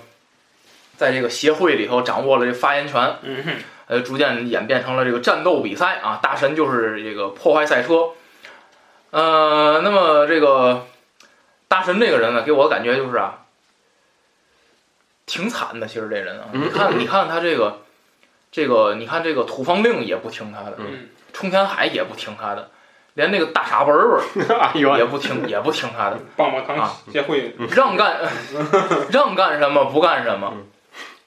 A: 在这个协会里头掌握了这个发言权，
C: 嗯哼，
A: 呃，逐渐演变成了这个战斗比赛啊，大神就是这个破坏赛车。呃，那么这个大神这个人呢，给我感觉就是啊，挺惨的。其实这人啊，
B: 嗯
A: 你看，你看他这个，这个，你看这个土方令也不听他的，
C: 嗯
A: 冲天海也不听他的，连那个大傻文文
B: 哎呦，
A: 也不听，也不听他的。
C: 棒棒糖
A: 啊
C: 协会，
A: 让干 让干什么不干什么
B: 嗯，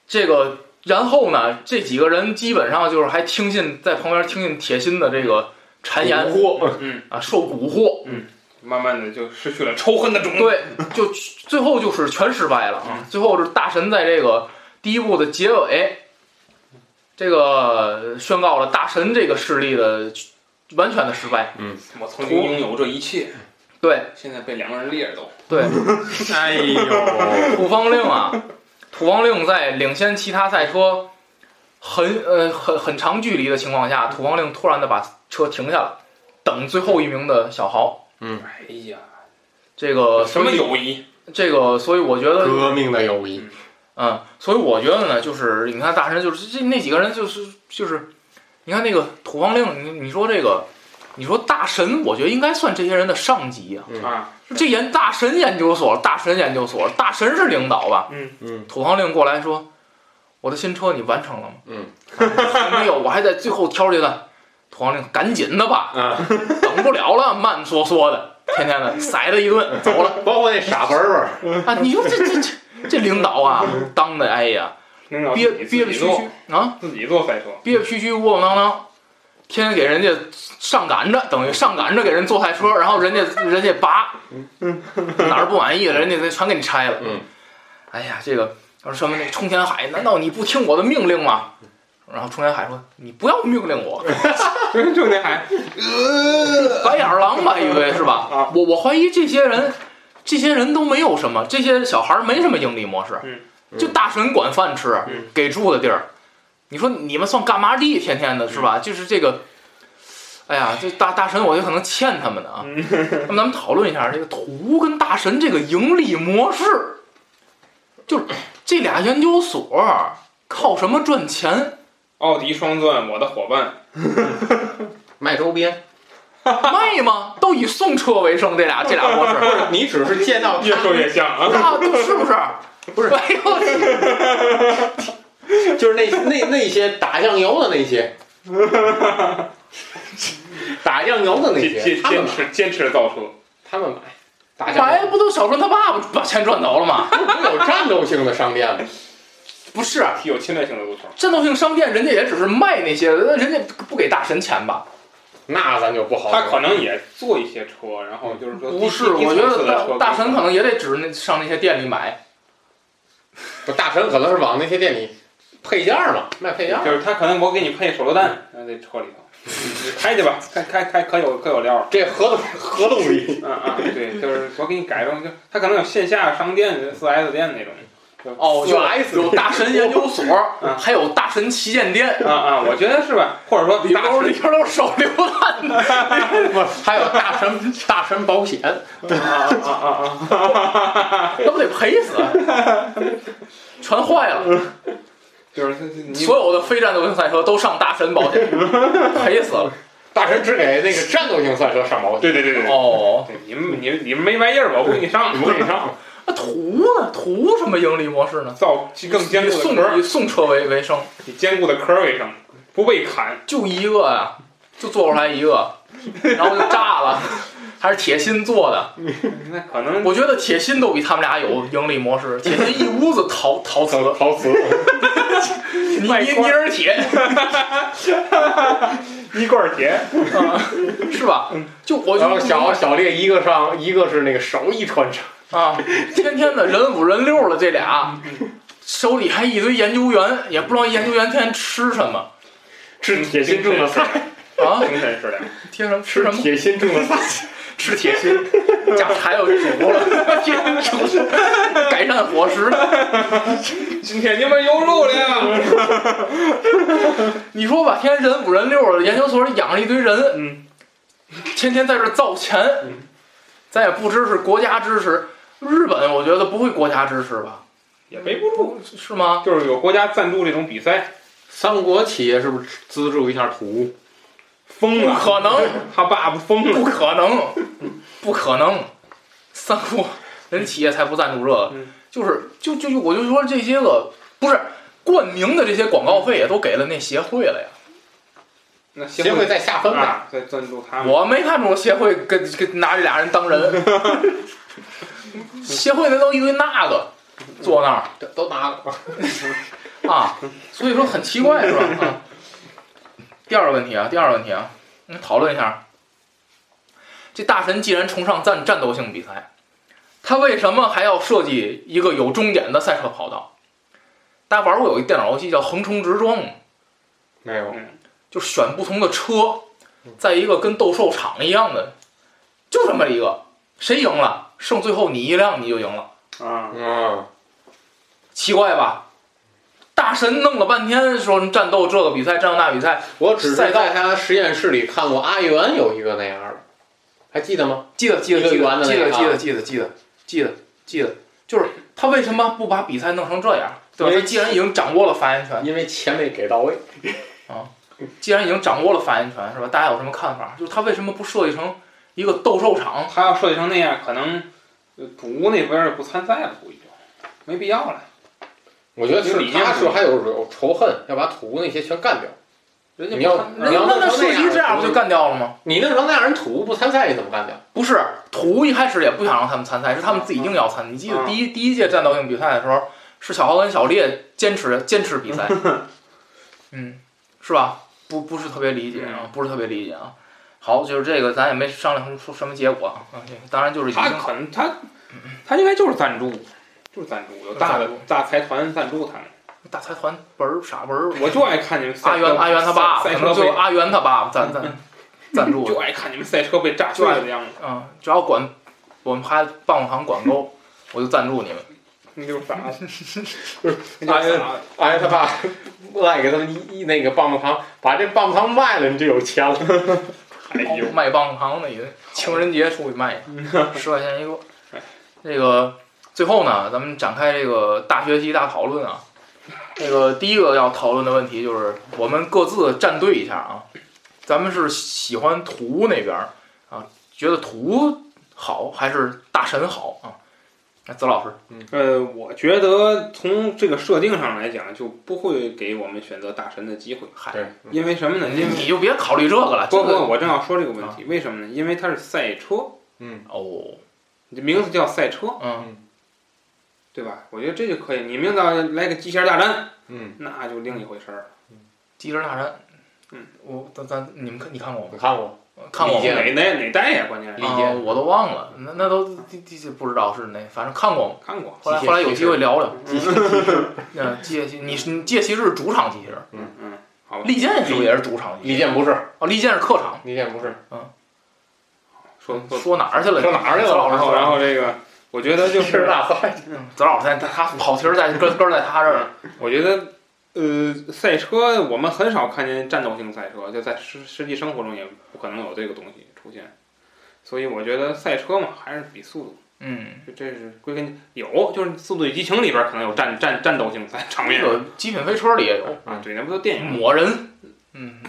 A: 这个然后呢，这几个人基本上就是还听信在旁边听信铁心的这个谗言
B: 惑，
C: 嗯，
A: 啊，受蛊惑，
C: 慢慢的就失去了仇恨的
B: 嗯
C: 种子。
A: 对，就最后就是全失败了啊！最后是大神在这个第一部的结尾，这个宣告了大神这个势力的完全的失败。
C: 我曾
A: 哦
C: 经拥有这一切，
A: 对
C: 现在被两个人猎着都。
A: 对，
B: 哎 呦，
A: 土方令啊，土方令在领先其他赛车很呃很很长距离的情况下，土方令突然的把车停下了，等最后一名的小豪。
C: 哎呀，
A: 这个
C: 什么
A: 所以
C: 友谊？
A: 这个，所以我觉得，
B: 革命的友谊，
A: 嗯，所以我觉得呢，就是你看大神，就是这那几个人，就是就是，你看那个土方令，你你说这个你说大神，我觉得应该算这些人的上级啊。
C: 啊，
A: 这研大神研究所，大神研究所，大神是领导吧？
C: 嗯
B: 嗯。
A: 土豪令过来说，我的新车你完成了吗？
B: 嗯
A: 啊，还没有，我还在最后挑阶段。土豪令，赶紧的吧，
B: 啊，
A: 等不了了，慢嗦嗦的，天天的塞他一顿，走了
B: 包括那傻本本，
A: 啊！你说这这这这领导啊，当的哎呀，
C: 领导
A: 憋
C: 自己自
A: 憋憋
C: 己
A: 屈
C: 做，
A: 屈啊，
C: 自己做赛车，
A: 憋屈屈窝窝囊囊，天天给人家上赶着，等于上赶着给人做菜车，然后人家人家拔，哪儿不满意了，人家再全给你拆了。
B: 嗯，
A: 哎呀，这个要是什么那冲天海，难道你不听我的命令吗？然后冲天海说：“你不要命令我，
C: 就 就那还
A: 白眼狼 吧，以为是吧
C: 啊？
A: 我我怀疑这些人，这些人都没有什么，这些小孩儿没什么盈利模式，
C: 嗯
A: 就大神管饭吃，
C: 嗯
A: 给住的地儿。你说你们算干嘛地？天天的是
C: 嗯
A: 吧？就是这个，哎呀，这大大神，我觉得可能欠他们的啊。
C: 嗯
A: 那么咱们讨论一下这个图跟大神这个盈利模式，就是这俩研究所靠什么赚钱？
C: 奥迪双钻，我的伙伴，
B: 卖周边，
A: 卖吗？都以送车为生，这俩这俩模式。
B: 你只是见到
C: 越说越像啊，
A: 啊，是不是？
B: 不是
A: 哎呦，
B: 就是那那那些打酱油的 那些，打酱油的那
C: 坚
B: 些，
C: 坚
B: 他们
C: 坚
B: 买，
C: 持坚持造车，
B: 他们买，打酱
A: 买不都小顺他爸爸把钱赚走了吗？
B: 油不有战斗性的商店吗？
A: 不是，
C: 具有侵略性的路程，
A: 战斗性商店人家也只是卖那些，人家不给大神钱吧？
B: 那咱就不好
C: 他
B: 说。
C: 可能也做一些车，然后哦就是说低
A: 不是，
C: 低低
A: 我觉
C: 层次的
A: 得
C: 车
A: 大大神可能也得指那上那些店里买。
B: 不大神可能是往那些店里配件儿嘛，卖配件儿。
C: 就是他可能我给你配手榴弹，然后这车里 头，你开去吧，开开开可有可有料了。
B: 这合 同合同里，
C: 嗯啊，对，就是我给你改装，就他可能有线下商店、四 S 店那种。
A: 哦，
B: 有
A: 有
B: S
A: 有大神研究所，
C: 嗯
A: 还有大神旗舰店，
C: 啊啊，我觉得是吧？或者说
A: 里
C: 大
A: 边都是
C: 神
A: 里边都是手榴弹的。
B: 不是还有大神大神保险，
C: 啊啊啊啊啊，
A: 那不得赔死？全坏了，
C: 就是你
A: 所有的非战斗性赛车都上大神保险，赔死了。
B: 大神只给那个战斗性赛车上保险，
C: 对对对对对，
A: 哦，
C: 对你们你们你们没白印儿吧，我不给你上，
B: 不给你上。
A: 那图呢？图什么盈利模式呢？
C: 造更坚
A: 以
C: 固的
A: 送
C: 壳，
A: 以送车为为生，
C: 以坚固的壳为生，不被砍。
A: 就一个呀、就做出来一个，然后就炸了，还是铁心做的。
C: 那可能
A: 我觉得铁心都比他们俩有盈利模式。铁心一屋子陶陶瓷，
B: 陶瓷，
A: 泥
C: 卖
A: 泥
C: 官
A: 泥儿铁，
C: 一罐铁，
A: 啊是吧？就我
B: 然后
A: 就
B: 小小烈一个上，一个是那个手艺传承，
A: 啊，天天的人五人六了，这俩手里还一堆研究员，也不知道研究员天天吃什么
C: 嗯
B: 吃铁心种的菜，
A: 啊，
C: 精神食粮。
A: 贴什么吃
B: 吃
A: 什么
B: 铁心种的菜，
A: 吃铁心，加柴油煮了，天成改善伙食。
C: 今天你们有肉了，
A: 你说吧，天天人五人六的，研究所里养了一堆人，
C: 嗯，
A: 天天在这造钱，咱也不知是国家支持。日本我觉得不会国家支持吧？
C: 也背不住。
A: 是吗？
C: 就是有国家赞助这种比赛，
B: 三国企业是不是资助一下图？
C: 疯
A: 不
C: 了，
A: 可能，
C: 他爸爸疯
A: 不
C: 了。
A: 可能，不可能！三国人家企业才不赞助这个
C: 嗯，
A: 就是就就我就说这些个不是冠名的这些广告费也都给了那协会了呀。
C: 那
B: 协会在下分吧？
C: 啊，在赞助他们。
A: 我没看出协会跟跟拿这俩人当人，协会那都一堆那个坐那儿
B: 这都拿了，
A: 啊，所以说很奇怪是吧？啊，第二个问题啊，第二个问题啊，嗯，讨论一下，这大神既然崇尚战战斗性比赛，他为什么还要设计一个有终点的赛车跑道？大家玩过有一电脑游戏叫《横冲直撞》吗？
B: 没有
A: 就选不同的车，在一个跟斗兽场一样的，就这么一个，谁赢了，剩最后你一辆你就赢了，
C: 啊，
B: 啊，
A: 奇怪吧？大神弄了半天说战斗这个比赛，战斗那比赛，
B: 我只是
A: 赛道
B: 在他实验室里看过阿元有一个那样的，还记得吗？
A: 记得记得
B: 一个
A: 记
B: 圆
A: 得
B: 的
A: 记得
B: 那个啊
A: 记得记得记得记得记得，就是他为什么不把比赛弄成这样？对吧？
B: 因为
A: 他既然已经掌握了发言权，
B: 因为钱没给到位。
A: 既然已经掌握了发言权，是吧？大家有什么看法？就是他为什么不设计成一个斗兽场？
C: 他要设计成那样，可能呃赌那边儿不参赛了，估计就没必要了。
B: 我觉得
C: 有
B: 是
C: 理念
B: 他
C: 不
B: 是
C: 一样
B: 还有有仇恨，要把土那些全干掉。
C: 人家
B: 你要
C: 不参
A: 那
B: 你要
A: 那那
B: 弄成
A: 设
B: 那
A: 计
B: 样
A: 这样不就干掉了吗？
B: 你弄成那样，人土不参赛，你怎么干掉？
A: 不是，图一开始也不想让他们参赛，是他们自己硬要
C: 嗯
A: 参。你记得第一第一届战斗性比赛的时候，是小豪跟小烈坚持坚持比 赛，嗯，是吧？不不是特别理解
C: 嗯
A: 啊，不是特别理解啊。好，就是这个，咱也没商量出什么结果啊。这个当然就是已经
C: 他可能他他应该就是赞助，就是赞助，有大的
A: 赞助
C: 大财团赞助他们。
A: 大财团本儿傻本儿，
C: 我就爱看你们赛
A: 阿
C: 车
A: 元阿元他爸，
C: 赛
A: 可
C: 赛车
A: 能就
C: 被
A: 阿元他爸赞赞赞助
C: 就
A: 的，
C: 爱看你们赛车被炸碎了的样子，
A: 嗯，只要管我们拍棒棒糖管够，我就赞助你们。
C: 那就是咋的， 那就是咋的。
B: 阿元阿哎元他爸赖给他们一一那个棒棒糖，把这棒棒糖卖了，你就有钱了。
C: 哎呦，
A: 卖棒棒糖的也情人节出去卖，十块钱一个。这个最后呢，咱们展开这个大学习大讨论啊。这个第一个要讨论的问题就是，我们各自站队一下啊。咱们是喜欢图那边儿啊，觉得图好还是大神好啊？那子老师，
C: 呃，我觉得从这个设定上来讲，就不会给我们选择大神的机会，
A: 嗨，
B: 对，
C: 因为什么呢？因为
A: 嗯你就别考虑这个了。这
C: 不不，
A: 个啊
C: 我正要说这个问题，为什么呢？因为它是赛车，
A: 哦，
C: 你的名字叫赛车，
A: 嗯，
C: 对吧？我觉得这就可以。你名字要来个机器人大战，
B: 嗯，
C: 那就另一回事儿了。
A: 机器人大战，
C: 嗯，
A: 我咱咱你们看你看过吗？
B: 你看过？
A: 看过
B: 理
A: 吗
B: 解？
C: 哪哪哪代呀？关键是哦
B: 理解
A: 啊我都忘了，那那都第第第不知道是哪，反正看过。
C: 看过，
A: 后来
B: 机械
A: 后来有
B: 骑士
A: 机会聊聊。
B: 机器人
A: 嗯，机械骑你是你机械骑士是主场机器人，
C: 嗯，好吧，
A: 利剑是不是也是主场机器人？
B: 李健不是，
A: 哦，利剑是客场。
B: 李健不是，
C: 说说，
A: 说哪儿去了？
B: 说哪儿去了
A: 子老
C: 然
A: 师
C: 后
A: 说，
C: 然后这个，我觉得就
B: 这是
C: 是，
B: 大赛。
A: 嗯子老师在他跑题儿在根根儿在他这儿。
C: 我觉得。呃，赛车我们很少看见战斗性赛车，就在实实际生活中也不可能有这个东西出现，所以我觉得赛车嘛还是比速度，
A: 嗯，
C: 这这是归根有，就是《速度与激情》里边可能有战战战斗性赛场
A: 这
C: 面
A: 个极品飞车里也有
C: 啊，对，那不都电影吗
A: 魔人。嗯，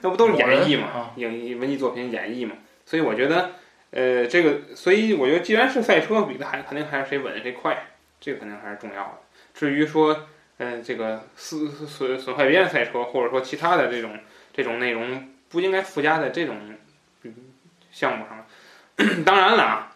C: 那不都是演绎
A: 某人啊
C: 嘛，演文艺作品演绎嘛。所以我觉得，呃，这个，所以我觉得，既然是赛车，比的还肯定还是谁稳谁快，这个肯定还是重要的。至于说，呃，这个损损损坏别人赛车，或者说其他的这种这种内容，不应该附加在这种嗯项目上。当然了 啊，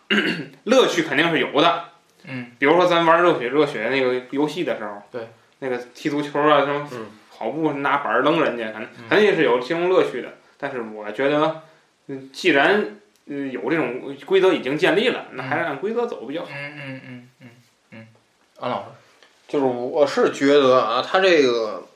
C: 乐趣肯定是有的。
A: 嗯，
C: 比如说咱玩热血热血那个游戏的时候，
A: 对，
C: 那个踢足球啊，什么
B: 嗯
C: 跑步拿板儿扔人家，反正肯定是有其中乐趣的。但是我觉得，嗯，既然嗯有这种规则已经建立了，那还是按规则走比较好。
A: 嗯嗯嗯嗯嗯，安老师，
B: 就是我是觉得啊，他这个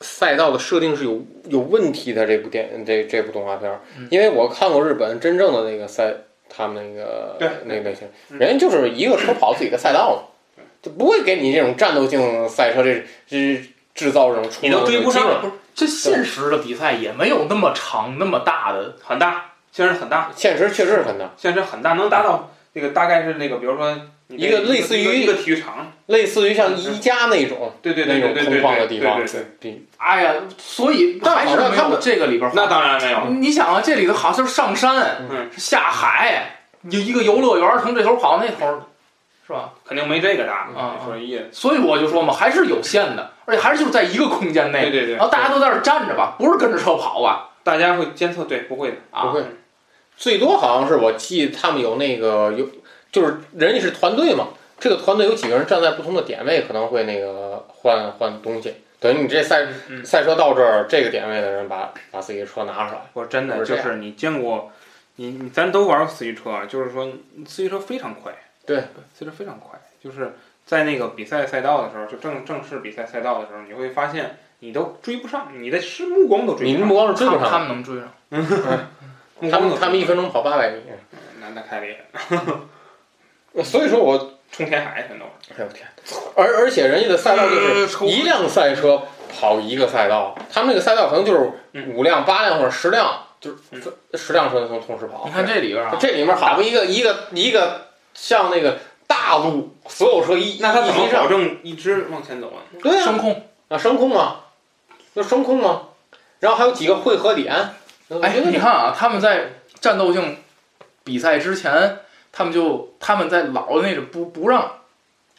B: 赛道的设定是有有问题的。这部电这这部动画片儿
A: 嗯，
B: 因为我看过日本真正的那个赛，他们那个
C: 对
B: 那个类型，
C: 嗯
B: 人家就是一个车跑自己的赛道嘛，就不会给你这种战斗性赛车这这制造这种冲
C: 你都
B: 突的
C: 追不上
B: 机会
C: 了，
A: 这现实的比赛也没有那么长那么大的
C: 很大，现实很大，
B: 现实确实是很大，
C: 现实很大，能达到那个大概是那个，比如说你这
B: 一个类似于
C: 一个一个体育场，
B: 类似于像宜家那种
C: 对对
B: 那
C: 对
B: 种
C: 对对
B: 空
C: 对
B: 旷的地
C: 对
B: 方
C: 对对。，
B: 比
A: 哎呀，所以
B: 但
A: 还是
B: 好像
A: 没
B: 他
A: 有
B: 们
A: 这个里边儿
C: 那当然没
B: 嗯
C: 有，
A: 你想啊，这里头好像就是上山，
C: 嗯，
A: 下海，有一个游乐园从这头跑到那头，是吧？
C: 肯定没这个大。
B: 嗯
A: 啊
C: 你说一，
A: 所以我就说嘛，还是有限的，而且还是就是在一个空间
C: 对
A: 内，
C: 对对
B: 哦
A: 然，后大家都在这儿站着吧，不是跟着车跑吧？
C: 大家会监测，对，不会的，
A: 啊，
B: 不会最多好像是我记他们有那个有，就是人家是团队嘛，这个团队有几个人站在不同的点位，可能会那个换换东西。等于你这赛
C: 嗯，
B: 赛车到这儿，这个点位的人把把自己的车拿出来，
C: 我真的
B: 不是
C: 就
B: 这样
C: 是你见过，你你咱都玩过四驱车啊，就是说四驱车非常快，
B: 对，
C: 四驱车非常快，就是在那个比赛赛道的时候，就正正式比赛赛道的时候，你会发现你都追不上，你的视目光都追
B: 你
C: 不
B: 目
C: 上，
B: 光是追
A: 他
B: 不
A: 们他
B: 上的。
A: 们能追上，哦
C: 目
B: 他
C: 光都
B: 们
C: 追
B: 他们一
C: 不上
B: 分钟跑八百米，
C: 那那太厉害了，
B: 所以说我，
C: 冲天海全都是，
B: 哎呦天，而而且人家的赛道就是
C: 抽
B: 一辆赛车跑一个赛道，他们那个赛道可能就是
C: 嗯
B: 五辆、八辆或者十辆，就是
C: 嗯
B: 十辆车能同时跑。
A: 你看这里边啊，
B: 这里面好不一个一个一个像那个大路，所有车一
C: 那他怎
B: 一
C: 么
B: 起
C: 保
B: 上？
C: 证一直往前走啊？
B: 对啊，
A: 声控
B: 啊升空嘛，那升空嘛，然后还有几个汇合点。我
A: 哎
B: 觉，得
A: 你看啊，他们在战斗性比赛之前，他们就他们在老的那种不不让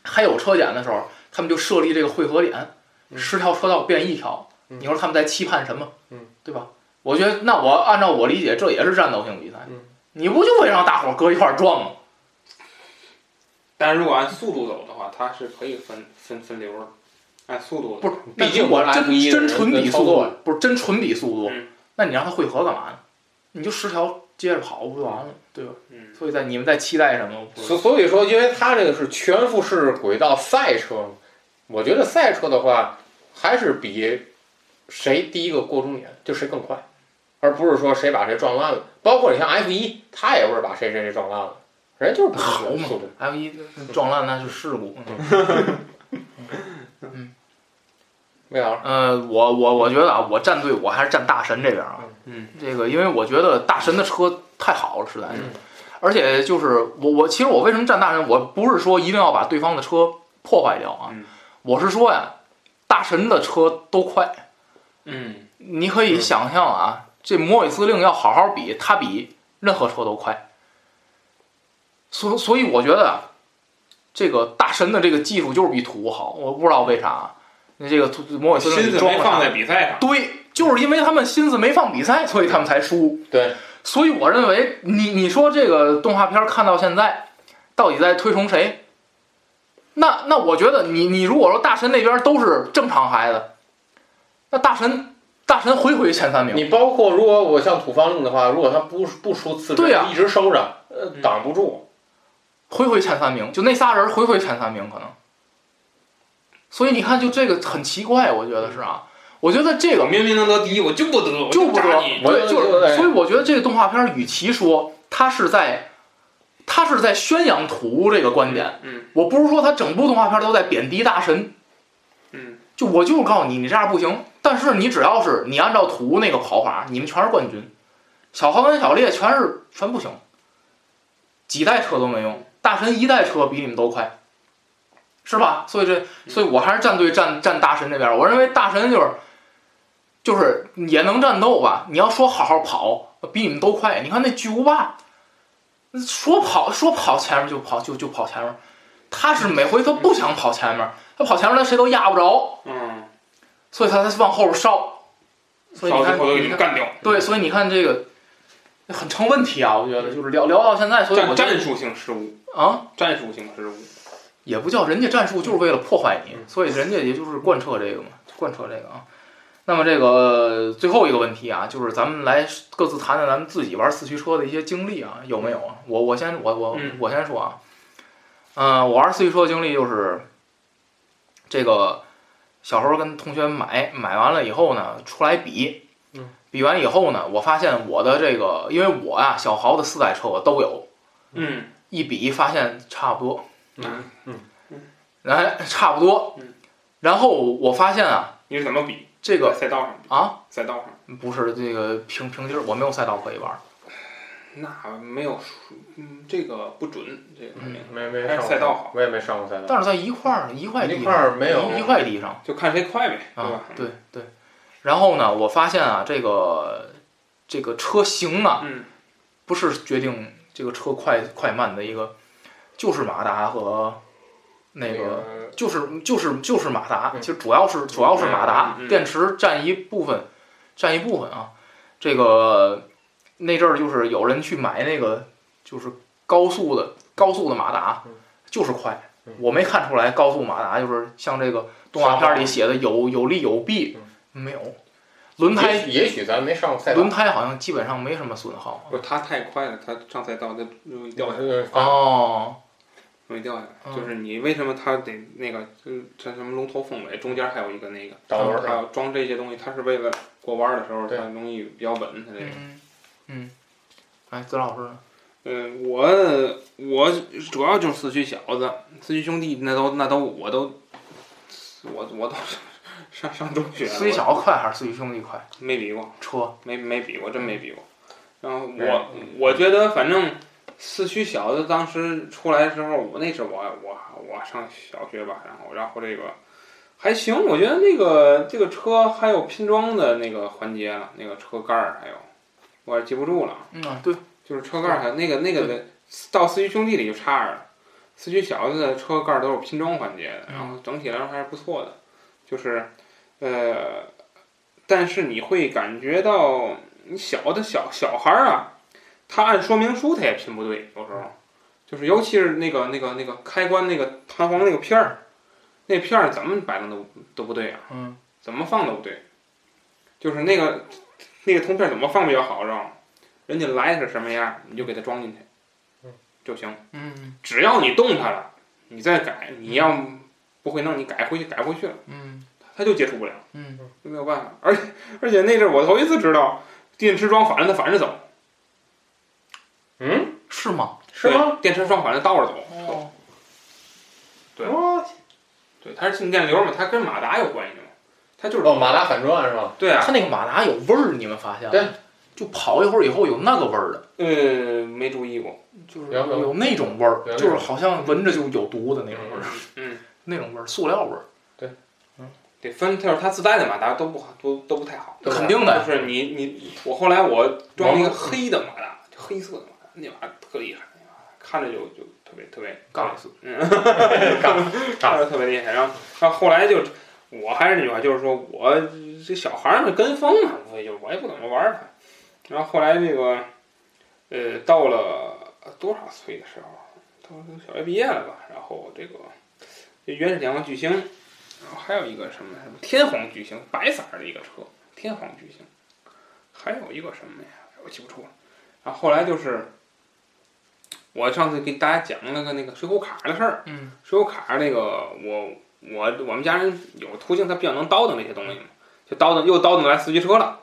A: 还有车检的时候，他们就设立这个汇合点，
B: 嗯
A: 十条车道变一条。
B: 嗯
A: 你说他们在期盼什么？
B: 嗯，
A: 对吧？我觉得，那我按照我理解，这也是战斗性比赛。
B: 嗯
A: 你不就为让大伙儿搁一块儿撞吗？
C: 但是如果按速度走的话，它是可以分分分流的，按速度走
A: 不是，
B: 毕竟我
A: 我
B: 是 F 一
A: 真
B: 的
A: 真纯比速
B: 操作
A: 度，不是真纯比速度
C: 嗯。
A: 那你让他汇合干嘛呢？你就十条接着跑不就完了，对吧？
C: 嗯，
A: 所以在你们在期待什么？我不知道
B: 所所以说，因为它这个是全幅式轨道赛车，我觉得赛车的话，还是比谁第一个过终点就谁更快，而不是说谁把谁撞烂了。包括你像 F 一，他也不是把谁谁谁撞烂了，人家就是不
A: 好嘛
B: 速度。
A: F 一撞烂那是事故。
B: 没有，
A: 呃，我我我觉得啊，我站队我还是站大神这边啊。
C: 嗯，
A: 这个因为我觉得大神的车太好了，实在是
B: 嗯。
A: 而且就是我我其实我为什么站大神，我不是说一定要把对方的车破坏掉啊
C: 嗯，
A: 我是说呀，大神的车都快，
C: 嗯，
A: 你可以想象啊，这摩尔司令要好好比，他比任何车都快。所所以我觉得啊，这个大神的这个技术就是比土好，我不知道为啥啊。那这个土摩尔司令
C: 心
A: 你
C: 思
A: 装
C: 没
A: 了
B: 啊
C: 放
A: 他
C: 在比赛上。
A: 对，就是因为他们心思没放比赛，所以他们才输。
B: 对，
A: 所以我认为你你说这个动画片儿看到现在，到底在推崇谁？那那我觉得你你如果说大神那边都是正常孩子，那大神大神回回前三名，
B: 你包括如果我像土方令的话，如果他不不出次之
A: 对呀
B: 一直收着，呃，挡不住。
A: 回回前三名，就那仨人回回前三名可能。所以你看，就这个很奇怪，我觉得是啊，我觉得这个
C: 我明明能得第一，我就不得，我
A: 就不
C: 扎
A: 得
C: 你。
B: 我
A: 对，就
B: 对对
A: 是，
B: 对
A: 所以我觉得这个动画片儿，与其说它是在，它是在宣扬土这个观点，
C: 嗯
A: 我不是说它整部动画片都在贬低大神，
C: 嗯，
A: 就我就是告诉你，你这样不行。但是你只要是你按照图那个跑法，你们全是冠军，小豪跟小烈全是全不行，几代车都没用，大神一代车比你们都快，是吧？所以这，所以我还是站队站站大神这边儿。我认为大神就是就是也能战斗吧。你要说好好跑，比你们都快。你看那巨无霸，说跑说跑前面就跑就就跑前面，他是每回他不想跑前面，他跑前面他谁都压不着，
C: 嗯，
A: 所以他才往后边烧。所以
C: 少
A: 你
C: 最
A: 看，
C: 后都给你
A: 你
C: 们
A: 看
C: 干掉。
A: 对，所以你看这个很成问题啊，我觉得就是聊聊到现在，所以
C: 战
A: 我觉得
C: 战术性失误，
A: 啊。
C: 战术性失误。
A: 也不叫人家战术，就是为了破坏你，所以人家也就是贯彻这个嘛，贯彻这个啊。那么这个最后一个问题啊，就是咱们来各自谈谈咱们自己玩四驱车的一些经历啊，有没有啊？我我先我我
C: 嗯
A: 我先说啊，嗯、我玩四驱车的经历就是这个小时候跟同学买买完了以后呢，出来比
B: 嗯，
A: 比完以后呢，我发现我的这个，因为我啊小豪的四代车我都有，
C: 嗯
A: 一比发现差不多，
C: 嗯，
A: 哎，差不多
C: 嗯。
A: 然后我发现啊，
C: 你是怎么比？
A: 这个
C: 在赛道上比
A: 啊，
C: 赛道上
A: 不是这个平平地儿，我没有赛道可以玩儿。
C: 那没有数，嗯，这个不准，这个
A: 嗯
C: 肯定
B: 没没
C: 还
B: 上
C: 是
B: 过
C: 赛道好，
B: 我也没上过赛哎道，
A: 但是在一块儿一块地
B: 一块儿没有
A: 一一块地上
C: 就看谁快呗，对
A: 啊
C: 吧，？
A: 对对。然后呢，我发现啊，这个这个车型啊，
C: 嗯
A: 不是决定这个车快快慢的一个，就是马达和那
B: 那
A: 个
B: 个
A: 就是就是就是马达，
B: 嗯
A: 其实主要是主要是马达，
C: 嗯嗯嗯
A: 电池占一部分，占一部分啊。这个那阵儿就是有人去买那个就是高速的高速的马达
B: 嗯，
A: 就是快
B: 嗯。
A: 我没看出来高速马达就是像这个动画片里写的有有利有弊，没有。轮
B: 也
A: 胎
B: 许也许咱没上过赛道
A: 轮，胎好像基本上没什么损耗。
C: 不是他太快了，他上赛道他容易掉下来，
B: 呃
A: 哦，
C: 容易掉下来。
A: 嗯
C: 就是你为什么他得那个，就是像什么龙头凤尾，中间还有一个那个，
B: 导轮
C: 他
B: 儿啊
C: 要装这些东西，他是为了过弯儿的时候，
B: 对
C: 它容易比较稳，它这个。
A: 嗯嗯，哎，子老师呢？
C: 嗯，我我主要就是四驱小子，四驱兄弟那都那都我都，我我都 上上中学了，啊
A: 四驱小子快还是四驱兄弟快？
C: 我没比过，
A: 车，
C: 没没比过，真没比过。然后我
B: 嗯
C: 我觉得反正四驱小子当时出来之后，我那时候我我我上小学吧，然后然后这个还行，我觉得那个这个车还有拼装的那个环节了，那个车盖儿还有，我也记不住了，
A: 嗯啊，对，
C: 就是车盖儿还有那个那个的，到四驱兄弟里就差着了，四驱小子的车盖儿都是拼装环节的，
A: 嗯
C: 然后整体来说还是不错的，就是呃，但是你会感觉到你小的小小孩儿啊，他按说明书他也拼不对，有时候。就是尤其是那个那个那个开关那个弹簧那个片儿，那片儿怎么摆弄都都不对啊，
A: 嗯
C: 怎么放都不对，就是那个那个铜片儿怎么放比较好，知道吗？人家来是什么样儿，你就给它装进去
B: 嗯，
C: 就行。
A: 嗯
C: 只要你动它了，你再改，你要不会弄，你改回去改不回去了，
A: 嗯
C: 它就接触不了，
A: 嗯
C: 就没有办法。而且而且那阵儿我头一次知道电池装反了它反着走，
B: 嗯，
A: 是吗？
B: 是吗？
C: 对？电池装反了倒着走，
A: 哦，
C: 对
B: 哦，
C: 对，它是静电流嘛，它跟马达有关系嘛，它就是
B: 哦，马达反转是吧？
C: 对啊，
A: 它那个马达有味儿，你们发现了？
B: 对，
A: 就跑一会儿以后有那个味儿的，
C: 呃，没注意过，
A: 就是
B: 有有
A: 有那种味儿
B: 有那，种
A: 就是好像闻着就有毒的那种味儿，
C: 嗯，
A: 那种味儿，塑料味儿，
C: 得分，就是它自带的马达都不好，都都不太好。
B: 对
A: 肯定的呀。
C: 就是你你我后来我装了一个黑的马达，就黑色的马达，那马达特厉害，那马达看着就就特别特别
A: 尬死，
C: 看着特别厉害。然后然后后来就我还是那句话，就是说我这小孩儿们跟风嘛，无非就是我也不怎么玩儿它。然后后来那个呃，到了多少岁的时候，到了小学毕业了吧，然后这个这原始天王巨星，然后还有一个什么什么天皇巨星，白色儿的一个车，天皇巨星，还有一个什么呀，我记不住了。然后后来就是我上次给大家讲了个那个水浒卡的事儿，
A: 嗯
C: 水浒卡那个，我我我们家人有途径，他比较能倒腾这些东西嘛，就倒腾又倒腾来四驱车了，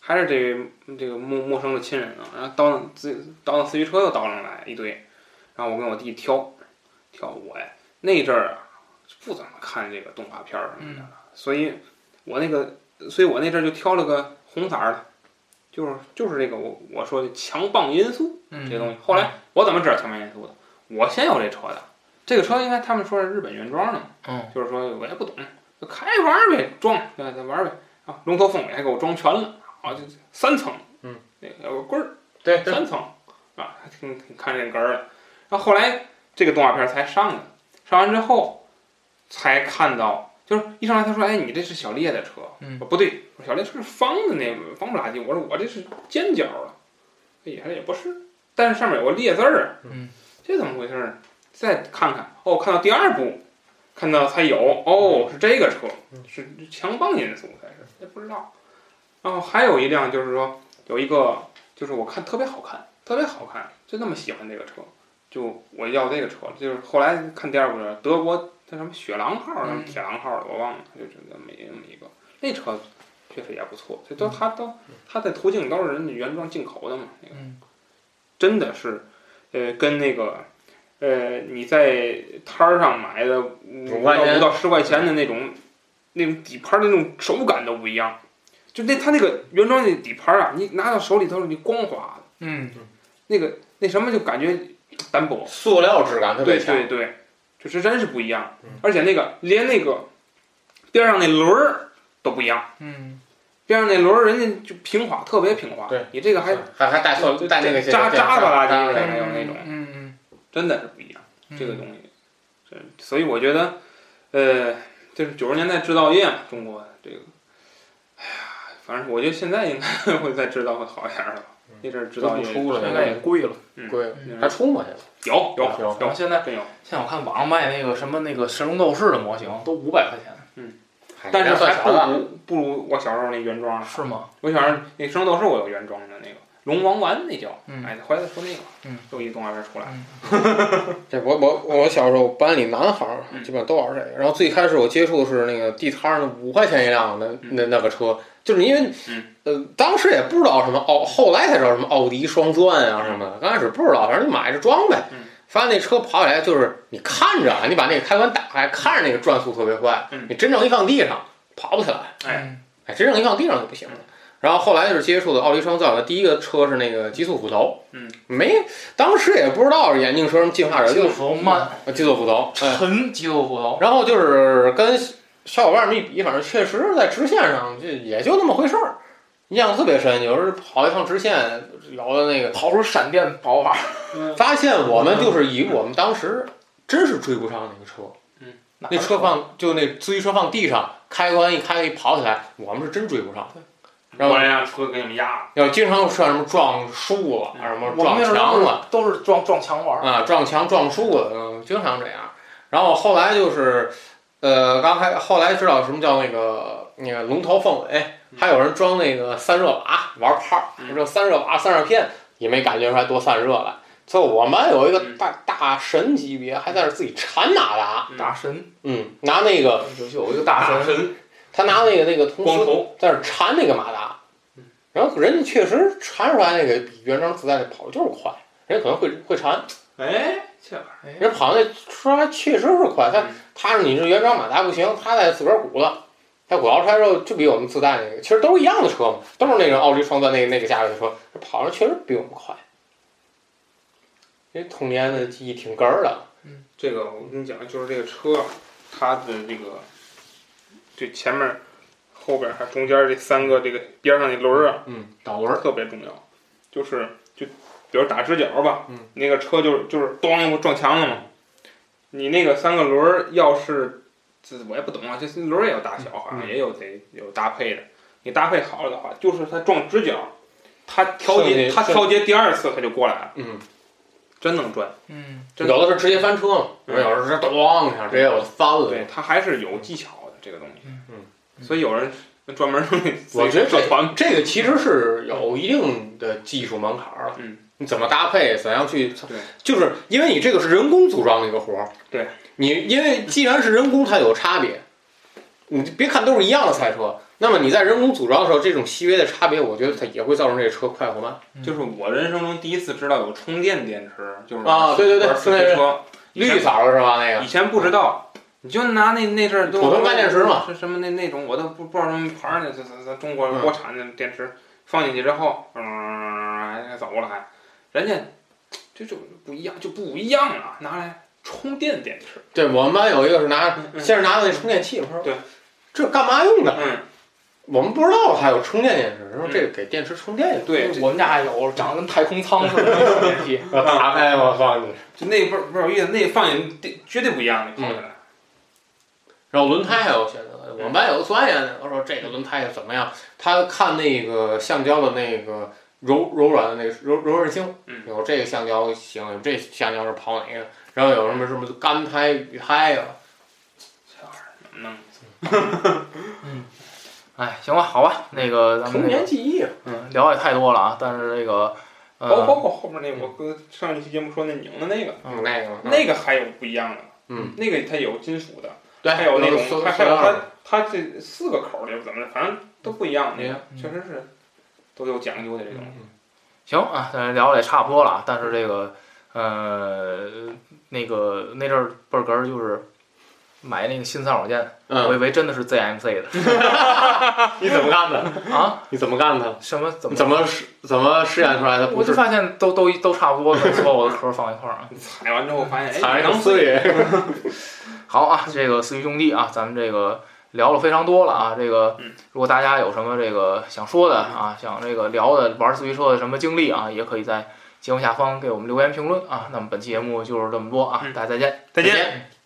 C: 还是这这个陌陌生的亲人啊，然后倒腾自倒腾四驱车又倒腾来一堆，然后我跟我弟挑挑我呀，那阵儿啊不怎么看这个动画片儿什么的了，所以我那个所以我那阵儿就挑了个红色儿的，就是就是这个我我说的强棒因素。
A: 嗯，
C: 这些东西。后来我怎么知道强面元素的？我先有这车的，这个车应该他们说是日本原装的嘛，
A: 嗯
C: 就是说我也不懂，就开玩儿呗，装对，再玩儿呗。啊，龙头凤尾还给我装全了，啊，就三层，
B: 嗯，
C: 那有个棍儿，
B: 对对，
C: 三层，啊，还挺挺看这根儿的。然后后来这个动画片儿才上的，上完之后才看到，就是一上来他说，哎，你这是小烈的车，
A: 嗯
C: 我说不对，我说小烈车是方的那个方不拉几，我说我这是尖角的，哎呀，也不是，但是上面有个裂字儿啊，
A: 嗯，
C: 这怎么回事儿呢？啊再看看，哦，看到第二部，看到才有，
A: 嗯
C: 哦，是这个车，是强棒因素才是，也不知道。然后还有一辆就是说有一个就是我看特别好看，特别好看，就那么喜欢这个车，就我要这个车。就是后来看第二部的德国那什么雪狼号，什么
A: 嗯
C: 铁狼号的，我忘了，就觉得没那么一个那车确实也不错。这
A: 嗯
C: 都它都它的途径都是人家原装进口的嘛，那个
A: 嗯
C: 真的是，呃，跟那个。呃，你在摊儿上买的五
B: 五块钱
C: 到五到十块钱的那种，那种底盘的那种手感都不一样，就那它那个原装那底盘啊，你拿到手里头你光滑的，
A: 嗯
C: 那个那什么就感觉单薄，
B: 塑料质感特别
C: 对
B: 强。
C: 对对，就是真是不一样
B: 嗯，
C: 而且那个连那个边上那轮儿都不一样，
A: 嗯
C: 边上那轮儿人家就平滑，特别平滑，
B: 对嗯
C: 你这个还
B: 还还带塑
C: 就
B: 带那个
C: 就扎扎吧啦唧的
B: 的，
C: 还有那种
A: 嗯
C: 真的是不一样，
A: 嗯
C: 这个东西，真所以我觉得，呃，就是九十年代制造业嘛，中国这个，哎呀，反正我觉得现在应该会再制造会好一点儿了吧
B: 嗯，
C: 那阵儿制
B: 都
C: 造
B: 不
C: 业
B: 出了，
A: 现
B: 现
A: 在
B: 在
A: 也贵了，
B: 贵，
C: 嗯
B: 还出吗？现
C: 有有
B: 有
A: 然后现在
C: 真有，
A: 现在我看网上卖那个什么那个神龙斗士的模型都五百块钱，
B: 在？
C: 但是
B: 哎算
C: 还不
B: 啥了？
C: 如不如我小时候那原装了。
A: 是吗？
C: 我小时候那《生斗士》我有原装的那个《龙王丸》那叫，
A: 嗯
C: 哎，回来再说那个，
A: 嗯，
C: 又一动画片出来，
B: 这我我我小时候班里男孩儿
C: 嗯
B: 基本上都玩这个，然后最开始我接触的是那个地摊儿那五块钱一辆的那那个车，就是因为
C: 嗯
B: 呃当时也不知道什么奥，后来才知道什么奥迪双钻啊什么的，刚开始不知道，反正就买着装呗
C: 嗯。
B: 发现那车跑起来就是你看着啊，你把那个开关打开，看着那个转速特别快
C: 嗯，
B: 你真正一放地上跑不起来。
C: 哎
B: 哎，真正一放地上就不行了。然后后来就是接触的奥迪双钻，我第一个车是那个极速虎头，
C: 嗯，
B: 没，当时也不知道眼镜蛇什么进化者，
A: 肌
B: 就
A: 肉浮慢，
B: 极速虎头，哎，
A: 沉肌肉浮头，
B: 然后就是跟小伙伴们一比，反正确实在直线上就也就那么回事儿。印象特别深，有时候跑一趟直线，聊的那个，
A: 跑出闪电跑法，
B: 发现我们就是以我们当时真是追不上那个车，那车放就那自行车放地上，开关一开一跑起来，我们是真追不上。然后
C: 我辆车给你们压了，
B: 要经常出现什么撞树了，什么
A: 我们
B: 撞
A: 那时
B: 墙啊了
A: 候都是撞撞墙玩儿，
B: 啊，撞墙撞树了，嗯，经常这样。然后后来就是，呃，刚开后来知道什么叫那个那个龙头凤尾，还有人装那个散热瓦玩炮，
C: 嗯
B: 这散热瓦散热片也没感觉出来多散热来。最后我们班有一个
C: 嗯
B: 大大神级别，还在那自己缠马达，
C: 嗯
A: 大神，
B: 嗯，拿那个
A: 有有一个大神，
C: 神
B: 他拿那个那个铜丝
C: 光头，嗯
B: 在那儿缠那个马达，然后人家确实缠出来那个比原装自带的跑就是快，人家可能会会缠，
C: 哎，这玩意儿
B: 人家跑那出来确实是快，但
C: 嗯
B: 他是你是原装马达不行，他在自个儿鼓了，他鼓摇出来之后就比我们自带那个，其实都是一样的车嘛，都是那种奥迪双钻那那个价位的车，这跑上确实比我们快。这童年的记忆挺哏儿的，
C: 这个我跟你讲，就是这个车，啊它的这个这前面、后边还中间这三个这个边上那轮儿啊，
B: 嗯，导轮，
C: 特别重要。就是就比如打直角吧，
B: 嗯
C: 那个车就是就是咣一下撞墙了嘛。你那个三个轮儿要是，这我也不懂啊，这轮儿也有大小，
B: 嗯
C: 好像也有得有搭配的。你搭配好了的话，就是它撞直角，它调
B: 剩
C: 节
B: 下
C: 它调节第二次它就过来了，
B: 嗯，
C: 真能转。
A: 嗯，
C: 真
B: 有的是直接翻车嘛，有
C: 嗯
B: 的是咣一下直接我翻了，
C: 对，它还是有技巧的这个东西。
B: 嗯
A: 嗯
C: 所以有人专门弄那
B: 我觉得
C: 社团，
B: 这嗯个其实是有一定的技术门槛儿了。
C: 嗯，
B: 你怎么搭配，怎样去，
C: 对
B: 就是因为你这个是人工组装的一个活儿。
C: 对，
B: 你因为既然是人工，它有差别。你别看都是一样的赛车，那么你在人工组装的时候，这种细微的差别，我觉得它也会造成这个车快或慢。
C: 就是我人生中第一次知道有充电电池，就是
B: 啊对对对
C: 玩四驱车，以前
B: 绿色的是吧？那个
C: 以前不知道，你就拿那那阵儿都
B: 普通干电池嘛，
C: 是什么那那种我都不不知道什么牌儿呢，这这这中国
B: 嗯
C: 国产的电池放进去之后，嗯，走了还，人家这就不一样，就不一样了，拿来充电电池，
B: 对我们班有一个是拿
C: 嗯嗯
B: 先是拿的那充电器，我说
C: 对，
B: 这干嘛用的？
C: 嗯，
B: 我们不知道还有充电电池，说
C: 嗯
B: 这给电池充电用。
C: 对，
A: 哎我们家还有长得跟太空舱似的那种电梯，
B: 要打开啊哎我放进去。
C: 就那不是不是有意思，那放进去绝对不一样，你跑起来。
B: 然后轮胎还有选择，我们班有个钻研的，我说这个轮胎怎么样？他看那个橡胶的那个柔柔软的那个柔柔韧性
C: 嗯，
B: 有这个橡胶行，有这橡胶是跑哪个？然后有什么什么干胎、雨胎啊？
C: 这玩意儿怎
B: 嗯
C: 么弄？
A: 哎，行吧，好吧，那个咱
B: 童
A: 们
B: 年记忆啊，
A: 嗯聊也太多了啊，但是这个
C: 包
A: 呃
C: 包括后面那我跟上一期节目说那拧的那个，
B: 嗯，那个
C: 那个还有不一样的，
B: 嗯，
C: 那个它有金属的，
B: 对，
C: 还有那
B: 塑
C: 种，还还有
B: 料
C: 它
B: 的
C: 它这四个口儿的怎么着，反正都不一样，那个
A: 嗯
C: 确实是都有讲究的这种。
B: 嗯
A: 行啊，咱聊的也差不多了啊，但是这个呃那个那阵儿倍儿哏儿就是买那个新三手线，我以
B: 嗯，
A: 为真的是 ZMC
B: 你怎么干 的？
A: 的啊，
B: 你怎么干的？
A: 什么怎么
B: 怎么试怎么试验出来它不
A: 我就是发现都都都差不多，所有的壳儿放一块儿啊。
C: 踩完之后发现，哎，
B: 踩上
C: 能
B: 碎？
A: 好啊，这个四驱兄弟啊，咱们这个聊了非常多了啊。这个
C: 嗯
A: 如果大家有什么这个想说的啊，想这个聊的玩四驱车的什么经历啊，也可以在节目下方给我们留言评论啊。那么本期节目就是这么多啊，
C: 嗯
A: 大家再见。
C: 再见。
B: 见。